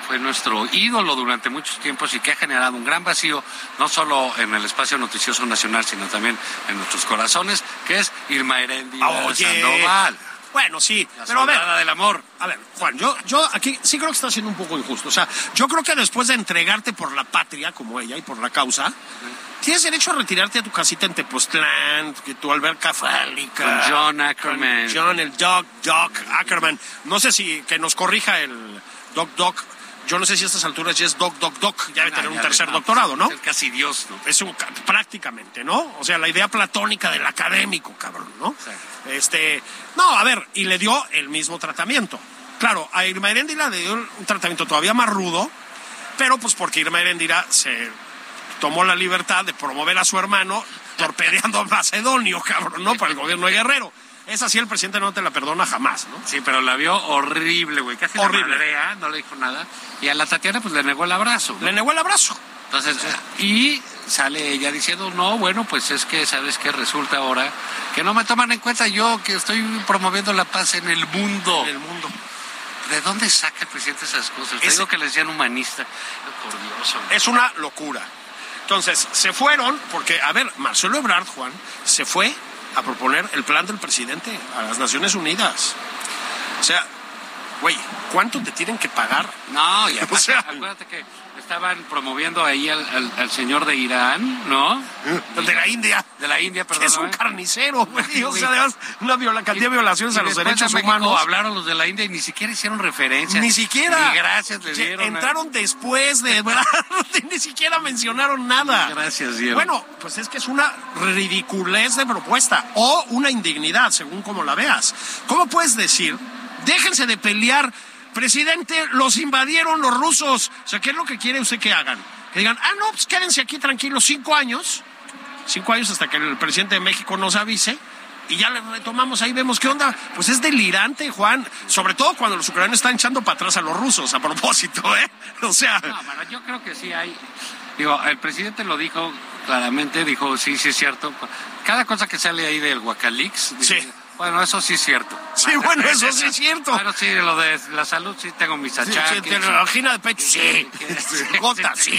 [SPEAKER 2] fue nuestro ídolo durante muchos tiempos y que ha generado un gran vacío, no solo en el espacio noticioso nacional, sino también en nuestros corazones, que es Irma Heréndira Sandoval.
[SPEAKER 3] Bueno, sí.
[SPEAKER 2] La
[SPEAKER 3] Pero a ver,
[SPEAKER 2] soldada del amor.
[SPEAKER 3] a ver, Juan, yo, yo aquí sí creo que está siendo un poco injusto. O sea, yo creo que después de entregarte por la patria, como ella, y por la causa, tienes derecho a retirarte a tu casita en Tepoztlán, que tu alberca fálica.
[SPEAKER 2] Con John Ackerman.
[SPEAKER 3] John, el Doc, Doc Ackerman. No sé si que nos corrija el Doc, Doc. Yo no sé si a estas alturas ya es Doc, Doc, Doc. Ya debe tener un
[SPEAKER 2] Ah, Ya, pues,
[SPEAKER 3] tercer
[SPEAKER 2] ya,
[SPEAKER 3] doctorado, ¿no?
[SPEAKER 2] es Casi Dios, ¿no?
[SPEAKER 3] es un ca- prácticamente, ¿no? O sea, la idea platónica del académico, cabrón, ¿no?
[SPEAKER 2] Exacto.
[SPEAKER 3] Este, no, a ver, y le dio el mismo tratamiento. Claro, a Irma Heréndira le dio un tratamiento todavía más rudo, pero pues porque Irma Heréndira se tomó la libertad de promover a su hermano torpedeando a Macedonio, cabrón, ¿no? Para el gobierno de Guerrero. Esa sí el presidente no te la perdona jamás, ¿no?
[SPEAKER 2] Sí, pero la vio horrible, güey. Casi
[SPEAKER 3] Horrible.
[SPEAKER 2] la madrea, no le dijo nada. Y a la Tatiana, pues le negó el abrazo. ¿no?
[SPEAKER 3] Le negó el abrazo.
[SPEAKER 2] Entonces, y sale ella diciendo, no, bueno, pues es que, ¿sabes qué? Resulta ahora que no me toman en cuenta yo, que estoy promoviendo la paz en el mundo.
[SPEAKER 3] En el mundo.
[SPEAKER 2] ¿De dónde saca el presidente esas cosas? Te
[SPEAKER 3] Es-
[SPEAKER 2] digo que les decían humanista. Por Dios, hombre.
[SPEAKER 3] Es una locura. Entonces, se fueron, porque, a ver, Marcelo Ebrard, Juan, se fue a proponer el plan del presidente a las Naciones Unidas. O sea, güey, ¿cuánto te tienen que pagar?
[SPEAKER 2] No, y aparte,
[SPEAKER 3] O sea-
[SPEAKER 2] acuérdate que estaban promoviendo ahí al, al- al señor de Irán, ¿no?
[SPEAKER 3] El de la India.
[SPEAKER 2] De la India, perdón. ¿eh?
[SPEAKER 3] Que es un carnicero, güey. O sea, además, una viola- cantidad de violaciones a los derechos humanos.
[SPEAKER 2] Hablaron los de la India y ni siquiera hicieron referencia.
[SPEAKER 3] Ni siquiera.
[SPEAKER 2] Ni gracias les
[SPEAKER 3] Ye-
[SPEAKER 2] dieron. a-
[SPEAKER 3] Entraron después de Ebrard, y ni siquiera mencionaron nada.
[SPEAKER 2] Gracias, Diego.
[SPEAKER 3] Bueno, pues es que es una ridiculez de propuesta o una indignidad, según como la veas. ¿Cómo puedes decir, déjense de pelear, presidente, los invadieron los rusos? O sea, ¿qué es lo que quiere usted que hagan? Que digan, ah, no, pues quédense aquí tranquilos cinco años, cinco años hasta que el presidente de México nos avise. Y ya le retomamos ahí, vemos qué onda. Pues es delirante, Juan. Sobre todo cuando los ucranianos están echando para atrás a los rusos, a propósito, ¿eh? O sea,
[SPEAKER 2] No, pero yo creo que sí hay. Digo, el presidente lo dijo claramente, dijo, sí, sí es cierto. Cada cosa que sale ahí del Huacalix, dice,
[SPEAKER 3] Sí.
[SPEAKER 2] bueno, eso sí es cierto.
[SPEAKER 3] sí, bueno, eso sí es cierto.
[SPEAKER 2] Pero sí, lo de la salud, sí tengo mis
[SPEAKER 3] Sí,
[SPEAKER 2] achaques.
[SPEAKER 3] sí, te- la angina de pecho, sí. Gota, sí.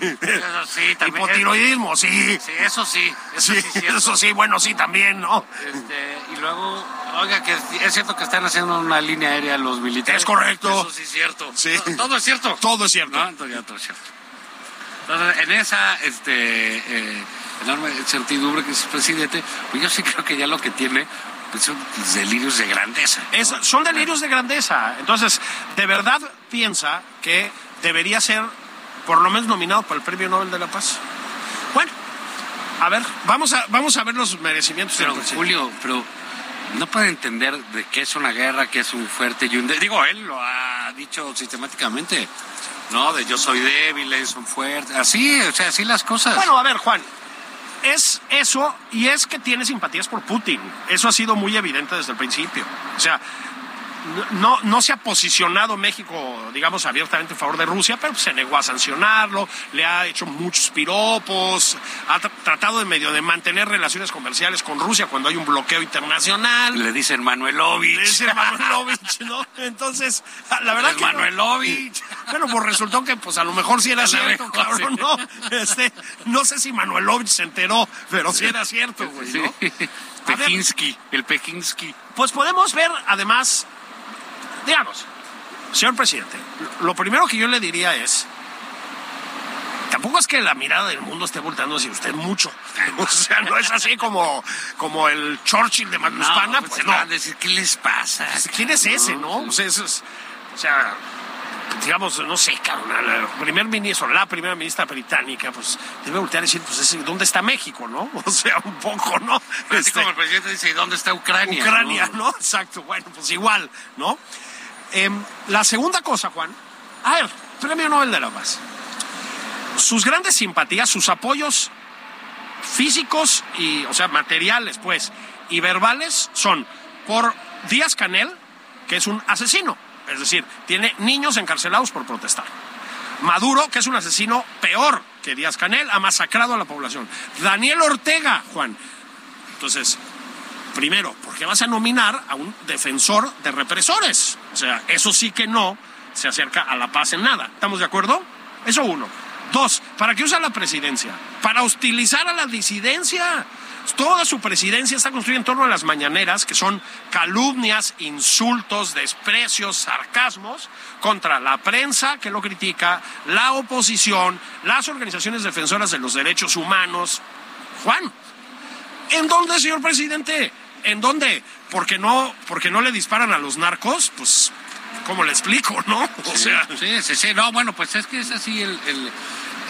[SPEAKER 2] Eso sí, también.
[SPEAKER 3] Hipotiroidismo, sí.
[SPEAKER 2] Sí, eso sí, eso sí,
[SPEAKER 3] Sí,
[SPEAKER 2] es cierto.
[SPEAKER 3] eso sí, bueno, sí también, ¿no?
[SPEAKER 2] Este, y luego, oiga, que es cierto que están haciendo una línea aérea los militares.
[SPEAKER 3] Es correcto.
[SPEAKER 2] Eso sí es cierto.
[SPEAKER 3] Sí.
[SPEAKER 2] No, Todo es cierto.
[SPEAKER 3] Todo es cierto.
[SPEAKER 2] No, entonces ya todo es cierto. Entonces, en esa este, eh, enorme certidumbre que es el presidente, pues yo sí creo que ya lo que tiene pues, son delirios de grandeza. ¿no?
[SPEAKER 3] Es- son delirios de grandeza. Entonces, de verdad piensa que debería ser por lo menos nominado para el Premio Nobel de la Paz. Bueno, a ver, vamos a, vamos a ver los merecimientos del
[SPEAKER 2] Pero,
[SPEAKER 3] presidente.
[SPEAKER 2] Julio, pero no puede entender de qué es una guerra, qué es un fuerte y un... dé- Digo, él lo ha dicho sistemáticamente, ¿no? De yo soy débil, ellos son fuertes. Así, o sea, así las cosas.
[SPEAKER 3] Bueno, a ver, Juan. Es eso y es que tiene simpatías por Putin. Eso ha sido muy evidente desde el principio. O sea, no, no se ha posicionado México, digamos, abiertamente en favor de Rusia, pero se negó a sancionarlo, le ha hecho muchos piropos, ha tra- tratado de medio de mantener relaciones comerciales con Rusia cuando hay un bloqueo internacional.
[SPEAKER 2] Le dicen Manuelovich.
[SPEAKER 3] Es el Manuelovich, ¿no? Entonces, ah, la verdad
[SPEAKER 2] Es
[SPEAKER 3] que. no.
[SPEAKER 2] Manuelovich.
[SPEAKER 3] Bueno, pues resultó que, pues a lo mejor sí era
[SPEAKER 2] A lo
[SPEAKER 3] cierto,
[SPEAKER 2] mejor
[SPEAKER 3] cabrón,
[SPEAKER 2] sí.
[SPEAKER 3] ¿no? Este, no sé si Manuelovich se enteró, pero sí era cierto, güey, ¿no?
[SPEAKER 2] Sí.
[SPEAKER 3] A ver,
[SPEAKER 2] Pekinsky, el Pekinsky.
[SPEAKER 3] pues podemos ver, además, digamos, señor presidente, lo primero que yo le diría es. Tampoco es que la mirada del mundo esté voltando hacia usted mucho. O sea, no es así como, como el Churchill de Manuspana,
[SPEAKER 2] pues,
[SPEAKER 3] pues
[SPEAKER 2] van
[SPEAKER 3] no.
[SPEAKER 2] a decir, ¿qué les pasa?
[SPEAKER 3] Pues, ¿Quién es ese, no? O sea, eso es- o sea, digamos, no sé, cabrón, la primer ministro, la primera ministra británica, pues debe voltear y decir, pues, ese- ¿dónde está México, no? O sea, un poco, ¿no?
[SPEAKER 2] Así
[SPEAKER 3] Este,
[SPEAKER 2] como el presidente dice, ¿y dónde está Ucrania?
[SPEAKER 3] Ucrania, ¿no? Exacto, bueno, pues igual, ¿no? Em, la segunda cosa, Juan, a ver, premio Nobel de la Paz. Sus grandes simpatías, sus apoyos físicos y, o sea, materiales, pues, y verbales son por Díaz Canel, que es un asesino, es decir, tiene niños encarcelados por protestar. Maduro, que es un asesino peor que Díaz Canel, ha masacrado a la población. Daniel Ortega, Juan. Entonces, Primero, porque vas a nominar a un defensor de represores. O sea, eso sí que no se acerca a la paz en nada. ¿Estamos de acuerdo? Eso uno. Dos, ¿para qué usa la presidencia? Para hostilizar a la disidencia. Toda su presidencia está construida en torno a las mañaneras, que son calumnias, insultos, desprecios, sarcasmos contra la prensa que lo critica, la oposición, las organizaciones defensoras de los derechos humanos. Juan, ¿En dónde, señor presidente? ¿En dónde? Porque no, porque no le disparan a los narcos, pues, ¿cómo le explico, no? O
[SPEAKER 2] Sí,
[SPEAKER 3] sea,
[SPEAKER 2] sí, sí, sí. No, bueno, pues es que es así el, el,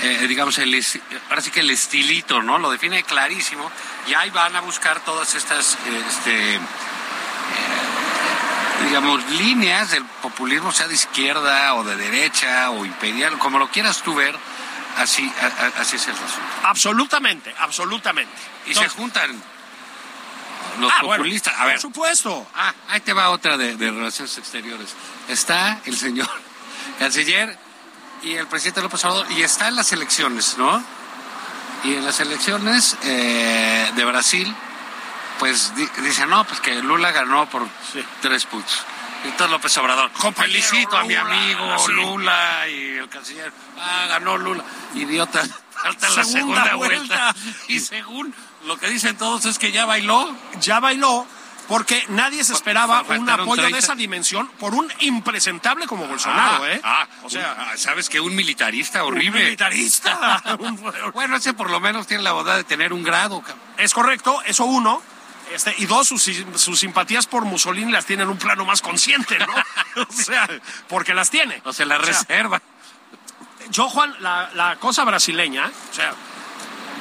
[SPEAKER 2] eh, digamos, el, es- ahora sí que el estilito, ¿no? Lo define clarísimo. Y ahí van a buscar todas estas, eh, este, eh, digamos, líneas del populismo, sea de izquierda o de derecha o imperial, como lo quieras tú ver, así, a- a- así es el asunto.
[SPEAKER 3] absolutamente, absolutamente.
[SPEAKER 2] Y
[SPEAKER 3] Entonces-
[SPEAKER 2] se juntan los
[SPEAKER 3] Ah, bueno,
[SPEAKER 2] populistas. a ver,
[SPEAKER 3] Por supuesto.
[SPEAKER 2] Ah, ahí te va otra de, de Relaciones Exteriores. Está el señor canciller y el presidente López Obrador, y está en las elecciones, ¿no? Y en las elecciones eh, de Brasil, pues di- dice, no, pues que Lula ganó por
[SPEAKER 3] Sí.
[SPEAKER 2] tres puntos. Y entonces López Obrador,
[SPEAKER 3] Compañero
[SPEAKER 2] felicito a mi
[SPEAKER 3] Lula,
[SPEAKER 2] amigo
[SPEAKER 3] sí.
[SPEAKER 2] Lula y el canciller, ah, ganó Lula. Idiota, falta la
[SPEAKER 3] Segunda
[SPEAKER 2] segunda vuelta.
[SPEAKER 3] vuelta.
[SPEAKER 2] Y según lo que dicen todos es que ya bailó.
[SPEAKER 3] Ya bailó porque nadie se esperaba
[SPEAKER 2] Fa-
[SPEAKER 3] un
[SPEAKER 2] faltaron
[SPEAKER 3] apoyo
[SPEAKER 2] 30.
[SPEAKER 3] de esa dimensión por un impresentable como Bolsonaro,
[SPEAKER 2] ah,
[SPEAKER 3] ¿eh?
[SPEAKER 2] ah,
[SPEAKER 3] o sea,
[SPEAKER 2] un- ah, sabes que un militarista
[SPEAKER 3] un
[SPEAKER 2] horrible.
[SPEAKER 3] militarista. un-
[SPEAKER 2] Bueno, ese por lo menos tiene la bondad de tener un grado, cabrón.
[SPEAKER 3] Es correcto, eso uno. Este, y dos, sus, sim- sus simpatías por Mussolini las tiene en un plano más consciente, ¿no? o sea, porque las tiene.
[SPEAKER 2] O sea, la reserva.
[SPEAKER 3] yo, Juan, la, la cosa brasileña, o sea,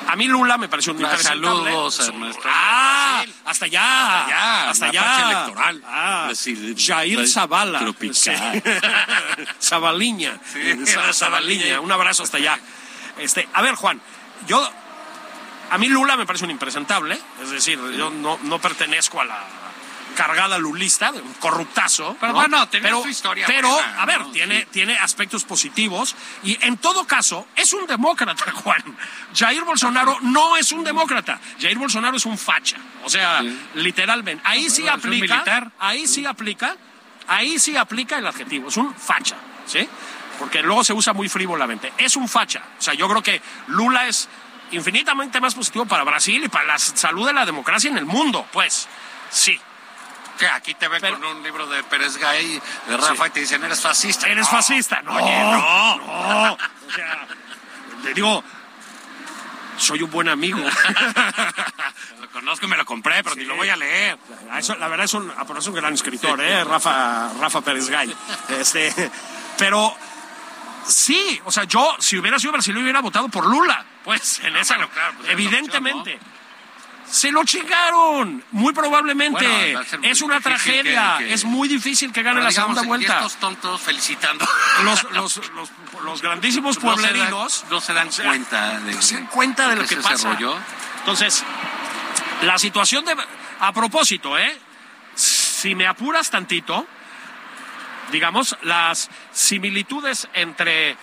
[SPEAKER 3] a mí Lula me pareció un
[SPEAKER 2] Ah,
[SPEAKER 3] impresentable.
[SPEAKER 2] saludos a
[SPEAKER 3] Es un-
[SPEAKER 2] nuestro-
[SPEAKER 3] Ah,
[SPEAKER 2] Brasil.
[SPEAKER 3] hasta allá.
[SPEAKER 2] Hasta allá,
[SPEAKER 3] ah, Hasta
[SPEAKER 2] la
[SPEAKER 3] allá.
[SPEAKER 2] parte electoral.
[SPEAKER 3] Ah,
[SPEAKER 2] Brasil-
[SPEAKER 3] Jair Zavala.
[SPEAKER 2] tropical.
[SPEAKER 3] Zabaliña.
[SPEAKER 2] Sí,
[SPEAKER 3] Sa-
[SPEAKER 2] la
[SPEAKER 3] Zabaliña.
[SPEAKER 2] Zabaliña.
[SPEAKER 3] Un abrazo hasta allá. Este, a ver, Juan, yo. A mí Lula me parece un impresentable, es decir, yo no, no pertenezco a la cargada lulista, de un corruptazo.
[SPEAKER 2] Pero
[SPEAKER 3] ¿no?
[SPEAKER 2] bueno, tenía
[SPEAKER 3] pero,
[SPEAKER 2] su historia
[SPEAKER 3] Pero,
[SPEAKER 2] buena,
[SPEAKER 3] a ver,
[SPEAKER 2] ¿no?
[SPEAKER 3] tiene,
[SPEAKER 2] Sí.
[SPEAKER 3] tiene aspectos positivos y en todo caso es un demócrata, Juan. Jair Bolsonaro no es un demócrata. Jair Bolsonaro es un facha. O sea, literalmente. Ahí sí
[SPEAKER 2] Ah, bueno, es un
[SPEAKER 3] aplica.
[SPEAKER 2] militar. Mm.
[SPEAKER 3] Ahí sí aplica. Ahí sí aplica el adjetivo. Es un facha. ¿Sí? Porque luego se usa muy frívolamente. Es un facha. O sea, yo creo que Lula es infinitamente más positivo para Brasil y para la salud de la democracia en el mundo. Pues, sí.
[SPEAKER 2] Que aquí te ven
[SPEAKER 3] Pero-
[SPEAKER 2] con un libro de Pérez Gay, de Rafa, y te dicen, eres fascista.
[SPEAKER 3] Eres
[SPEAKER 2] No.
[SPEAKER 3] fascista. No,
[SPEAKER 2] Oye,
[SPEAKER 3] no. no. O sea, le digo, soy un buen amigo.
[SPEAKER 2] Lo conozco y me lo compré, pero ni
[SPEAKER 3] Sí.
[SPEAKER 2] lo voy a leer.
[SPEAKER 3] A eso, la verdad es un, ah, pero es un gran escritor, ¿eh? Rafa, Rafa Pérez Gay. Este, pero sí, o sea, yo, si hubiera sido brasileño, hubiera votado por Lula. Pues en esa,
[SPEAKER 2] bueno, claro, pues, es una
[SPEAKER 3] evidentemente. Se lo chingaron, muy probablemente.
[SPEAKER 2] Bueno, va a ser muy
[SPEAKER 3] es una
[SPEAKER 2] difícil
[SPEAKER 3] tragedia,
[SPEAKER 2] que- que-
[SPEAKER 3] es muy difícil que gane
[SPEAKER 2] Pero
[SPEAKER 3] la
[SPEAKER 2] digamos,
[SPEAKER 3] segunda vuelta.
[SPEAKER 2] Y estos tontos felicitando.
[SPEAKER 3] Los, los, los, los grandísimos pueblerinos
[SPEAKER 2] No se dan, no se dan
[SPEAKER 3] sea,
[SPEAKER 2] cuenta de,
[SPEAKER 3] no se dan cuenta de lo que
[SPEAKER 2] es ese
[SPEAKER 3] pasa.
[SPEAKER 2] rollo.
[SPEAKER 3] Entonces, la situación de... A propósito, ¿eh? Si me apuras tantito, digamos, las similitudes entre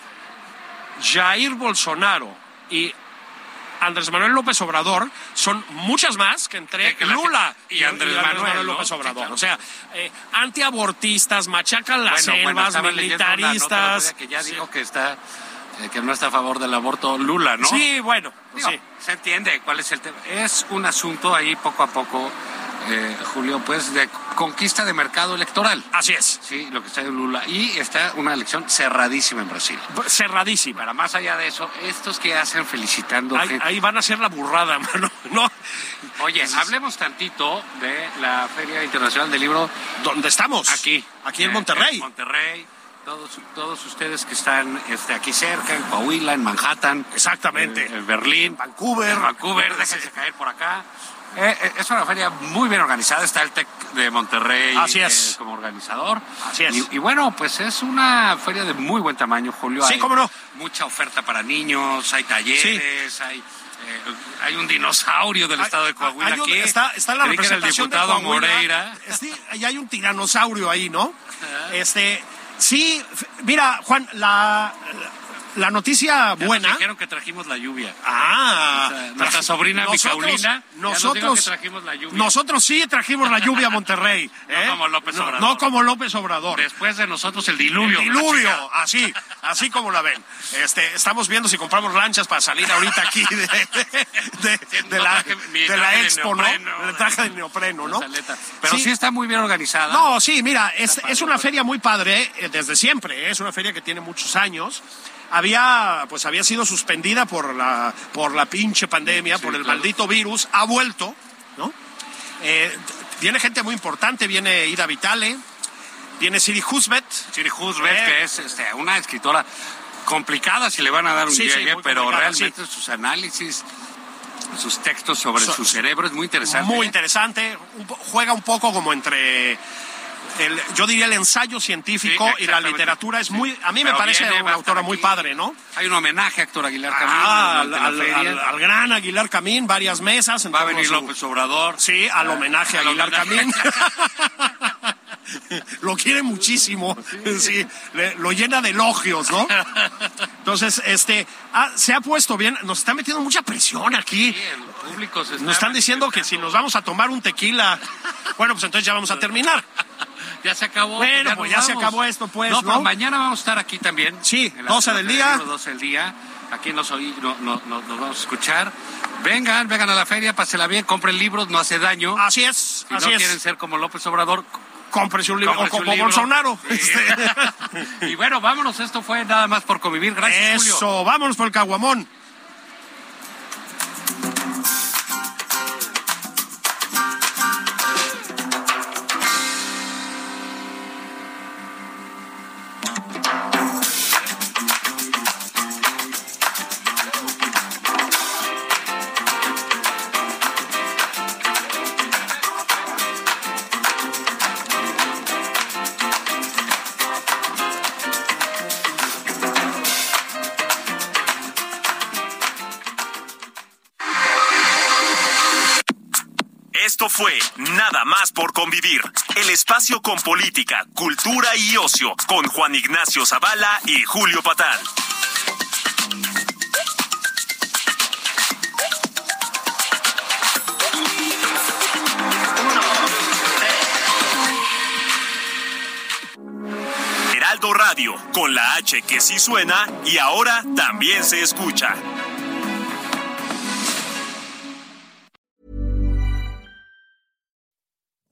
[SPEAKER 3] Jair Bolsonaro y Andrés Manuel López Obrador son muchas más que entre
[SPEAKER 2] Eh, Que- que la-
[SPEAKER 3] Lula
[SPEAKER 2] y Andrés Manuel, ¿no?
[SPEAKER 3] López Obrador.
[SPEAKER 2] Sí, claro.
[SPEAKER 3] O sea, eh, antiabortistas, machacan las
[SPEAKER 2] Bueno, bueno,
[SPEAKER 3] selvas,
[SPEAKER 2] estaba leyendo una nota el otro día
[SPEAKER 3] militaristas.
[SPEAKER 2] que ya
[SPEAKER 3] Sí.
[SPEAKER 2] dijo que está eh, que no está a favor del aborto Lula, ¿no?
[SPEAKER 3] Sí, bueno,
[SPEAKER 2] Digo,
[SPEAKER 3] sí.
[SPEAKER 2] Se entiende cuál es el tema. Es un asunto ahí poco a poco, eh, Julio, pues de conquista de mercado electoral.
[SPEAKER 3] Así es.
[SPEAKER 2] Sí, lo que está en Lula. Y está una elección cerradísima en Brasil.
[SPEAKER 3] Cerradísima.
[SPEAKER 2] Para más allá de eso, estos que hacen felicitando
[SPEAKER 3] Ahí,
[SPEAKER 2] gente.
[SPEAKER 3] ahí van a ser la burrada, mano. No,
[SPEAKER 2] Oye, hablemos tantito de la Feria Internacional del Libro
[SPEAKER 3] ¿Dónde estamos?
[SPEAKER 2] aquí.
[SPEAKER 3] Aquí en
[SPEAKER 2] Eh,
[SPEAKER 3] Monterrey.
[SPEAKER 2] en Monterrey. Todos, todos ustedes que están este, aquí cerca, en Coahuila, en Manhattan.
[SPEAKER 3] Exactamente.
[SPEAKER 2] En, en Berlín.
[SPEAKER 3] Vancouver.
[SPEAKER 2] En Vancouver, déjense caer por acá. Eh, eh, es una feria muy bien organizada, está el TEC de Monterrey
[SPEAKER 3] Así es.
[SPEAKER 2] eh, como organizador.
[SPEAKER 3] Así es.
[SPEAKER 2] Y, y bueno, pues es una feria de muy buen tamaño, Julio.
[SPEAKER 3] Sí,
[SPEAKER 2] Hay
[SPEAKER 3] cómo no.
[SPEAKER 2] Mucha oferta para niños, hay talleres, hay... eh, hay un dinosaurio del
[SPEAKER 3] Hay-
[SPEAKER 2] estado de Coahuila
[SPEAKER 3] hay un-
[SPEAKER 2] aquí.
[SPEAKER 3] Está, está la
[SPEAKER 2] Creí que era el
[SPEAKER 3] representación de
[SPEAKER 2] diputado
[SPEAKER 3] Coahuila.
[SPEAKER 2] Moreira.
[SPEAKER 3] Sí, ahí hay un tiranosaurio ahí, ¿no? Este, sí, f- mira, Juan, la, la noticia
[SPEAKER 2] Ya nos
[SPEAKER 3] buena.
[SPEAKER 2] dijeron que trajimos la lluvia.
[SPEAKER 3] Ah,
[SPEAKER 2] O sea, nuestra sobrina Micaulina, ya nos dijo
[SPEAKER 3] Nosotros,
[SPEAKER 2] que trajimos la lluvia.
[SPEAKER 3] nosotros sí trajimos la lluvia a Monterrey.
[SPEAKER 2] No
[SPEAKER 3] ¿eh?
[SPEAKER 2] como López
[SPEAKER 3] No-
[SPEAKER 2] Obrador.
[SPEAKER 3] No, como López Obrador.
[SPEAKER 2] Después de nosotros el diluvio.
[SPEAKER 3] El
[SPEAKER 2] la
[SPEAKER 3] diluvio, ah,
[SPEAKER 2] chingada.
[SPEAKER 3] así, así como la ven. Este, estamos viendo si compramos lanchas para salir ahorita aquí de, de- de- de
[SPEAKER 2] No
[SPEAKER 3] la,
[SPEAKER 2] traje mi
[SPEAKER 3] de
[SPEAKER 2] traje
[SPEAKER 3] la
[SPEAKER 2] de
[SPEAKER 3] expo, ¿no?
[SPEAKER 2] neopreno.
[SPEAKER 3] El traje de neopreno, ¿no?
[SPEAKER 2] Saleta. Pero sí.
[SPEAKER 3] Sí.
[SPEAKER 2] está muy bien organizada.
[SPEAKER 3] No, sí, mira, es,
[SPEAKER 2] padre,
[SPEAKER 3] es una
[SPEAKER 2] pues.
[SPEAKER 3] feria muy padre eh, desde siempre, eh, es una feria que tiene muchos años. Había, pues había sido suspendida por la, por la pinche pandemia, por el
[SPEAKER 2] claro.
[SPEAKER 3] maldito virus, ha vuelto, ¿no? Eh, t- viene gente muy importante, viene Ida Vitale, viene Siri Husmet,
[SPEAKER 2] Siri Husbeth,
[SPEAKER 3] Eh.
[SPEAKER 2] que es este, una escritora complicada, si le van a dar un
[SPEAKER 3] Sí, sí,
[SPEAKER 2] llegue,
[SPEAKER 3] muy
[SPEAKER 2] pero
[SPEAKER 3] complicada,
[SPEAKER 2] realmente sus análisis, sus textos sobre
[SPEAKER 3] So-
[SPEAKER 2] su cerebro es muy interesante.
[SPEAKER 3] muy
[SPEAKER 2] ¿eh?
[SPEAKER 3] interesante, un po- juega un poco como entre, el, yo diría el ensayo científico
[SPEAKER 2] Sí,
[SPEAKER 3] y la
[SPEAKER 2] exactamente.
[SPEAKER 3] literatura, es muy, a mí
[SPEAKER 2] Pero
[SPEAKER 3] me parece
[SPEAKER 2] viene, va
[SPEAKER 3] una
[SPEAKER 2] a
[SPEAKER 3] autora
[SPEAKER 2] estar
[SPEAKER 3] muy
[SPEAKER 2] aquí.
[SPEAKER 3] padre, ¿no?
[SPEAKER 2] Hay un homenaje a Héctor Aguilar
[SPEAKER 3] Ah,
[SPEAKER 2] también
[SPEAKER 3] al,
[SPEAKER 2] durante la
[SPEAKER 3] al-
[SPEAKER 2] feria.
[SPEAKER 3] al- al gran Aguilar Camín, varias mesas. en
[SPEAKER 2] Va a
[SPEAKER 3] torno
[SPEAKER 2] venir
[SPEAKER 3] su-
[SPEAKER 2] López Obrador.
[SPEAKER 3] Sí, al homenaje a
[SPEAKER 2] al
[SPEAKER 3] Aguilar
[SPEAKER 2] homenaje.
[SPEAKER 3] Camín. lo quiere muchísimo. Sí, le- lo llena de elogios, ¿no? Entonces, este, ah, se ha puesto bien. Nos están metiendo mucha presión aquí.
[SPEAKER 2] Sí, el público se está
[SPEAKER 3] Nos están diciendo que si nos vamos a tomar un tequila, bueno, pues entonces ya vamos a terminar.
[SPEAKER 2] Ya se acabó.
[SPEAKER 3] Bueno,
[SPEAKER 2] nos
[SPEAKER 3] pues ya se
[SPEAKER 2] vamos.
[SPEAKER 3] acabó esto, pues,
[SPEAKER 2] No,
[SPEAKER 3] ¿no?
[SPEAKER 2] pero mañana vamos a estar aquí también.
[SPEAKER 3] Sí,
[SPEAKER 2] En la
[SPEAKER 3] 12 del día.
[SPEAKER 2] 12 del día. Aquí nos, oí, no, no- no- nos vamos a escuchar. Vengan, vengan a la feria, pásela bien, compren libros, no hace daño.
[SPEAKER 3] Así es,
[SPEAKER 2] si
[SPEAKER 3] Ah, así
[SPEAKER 2] no
[SPEAKER 3] es.
[SPEAKER 2] quieren ser como López Obrador,
[SPEAKER 3] Cómprese un libro o
[SPEAKER 2] cómprense un
[SPEAKER 3] como
[SPEAKER 2] libro.
[SPEAKER 3] Bolsonaro.
[SPEAKER 2] Sí.
[SPEAKER 3] Este.
[SPEAKER 2] y bueno, vámonos, esto fue nada más por convivir. Gracias,
[SPEAKER 3] Eso,
[SPEAKER 2] Julio.
[SPEAKER 3] vámonos por el caguamón.
[SPEAKER 1] Esto fue Nada más por convivir, el espacio con política, cultura y ocio, con Juan Ignacio Zavala y Julio Patal. Heraldo Radio, con la H que sí suena y ahora también se escucha.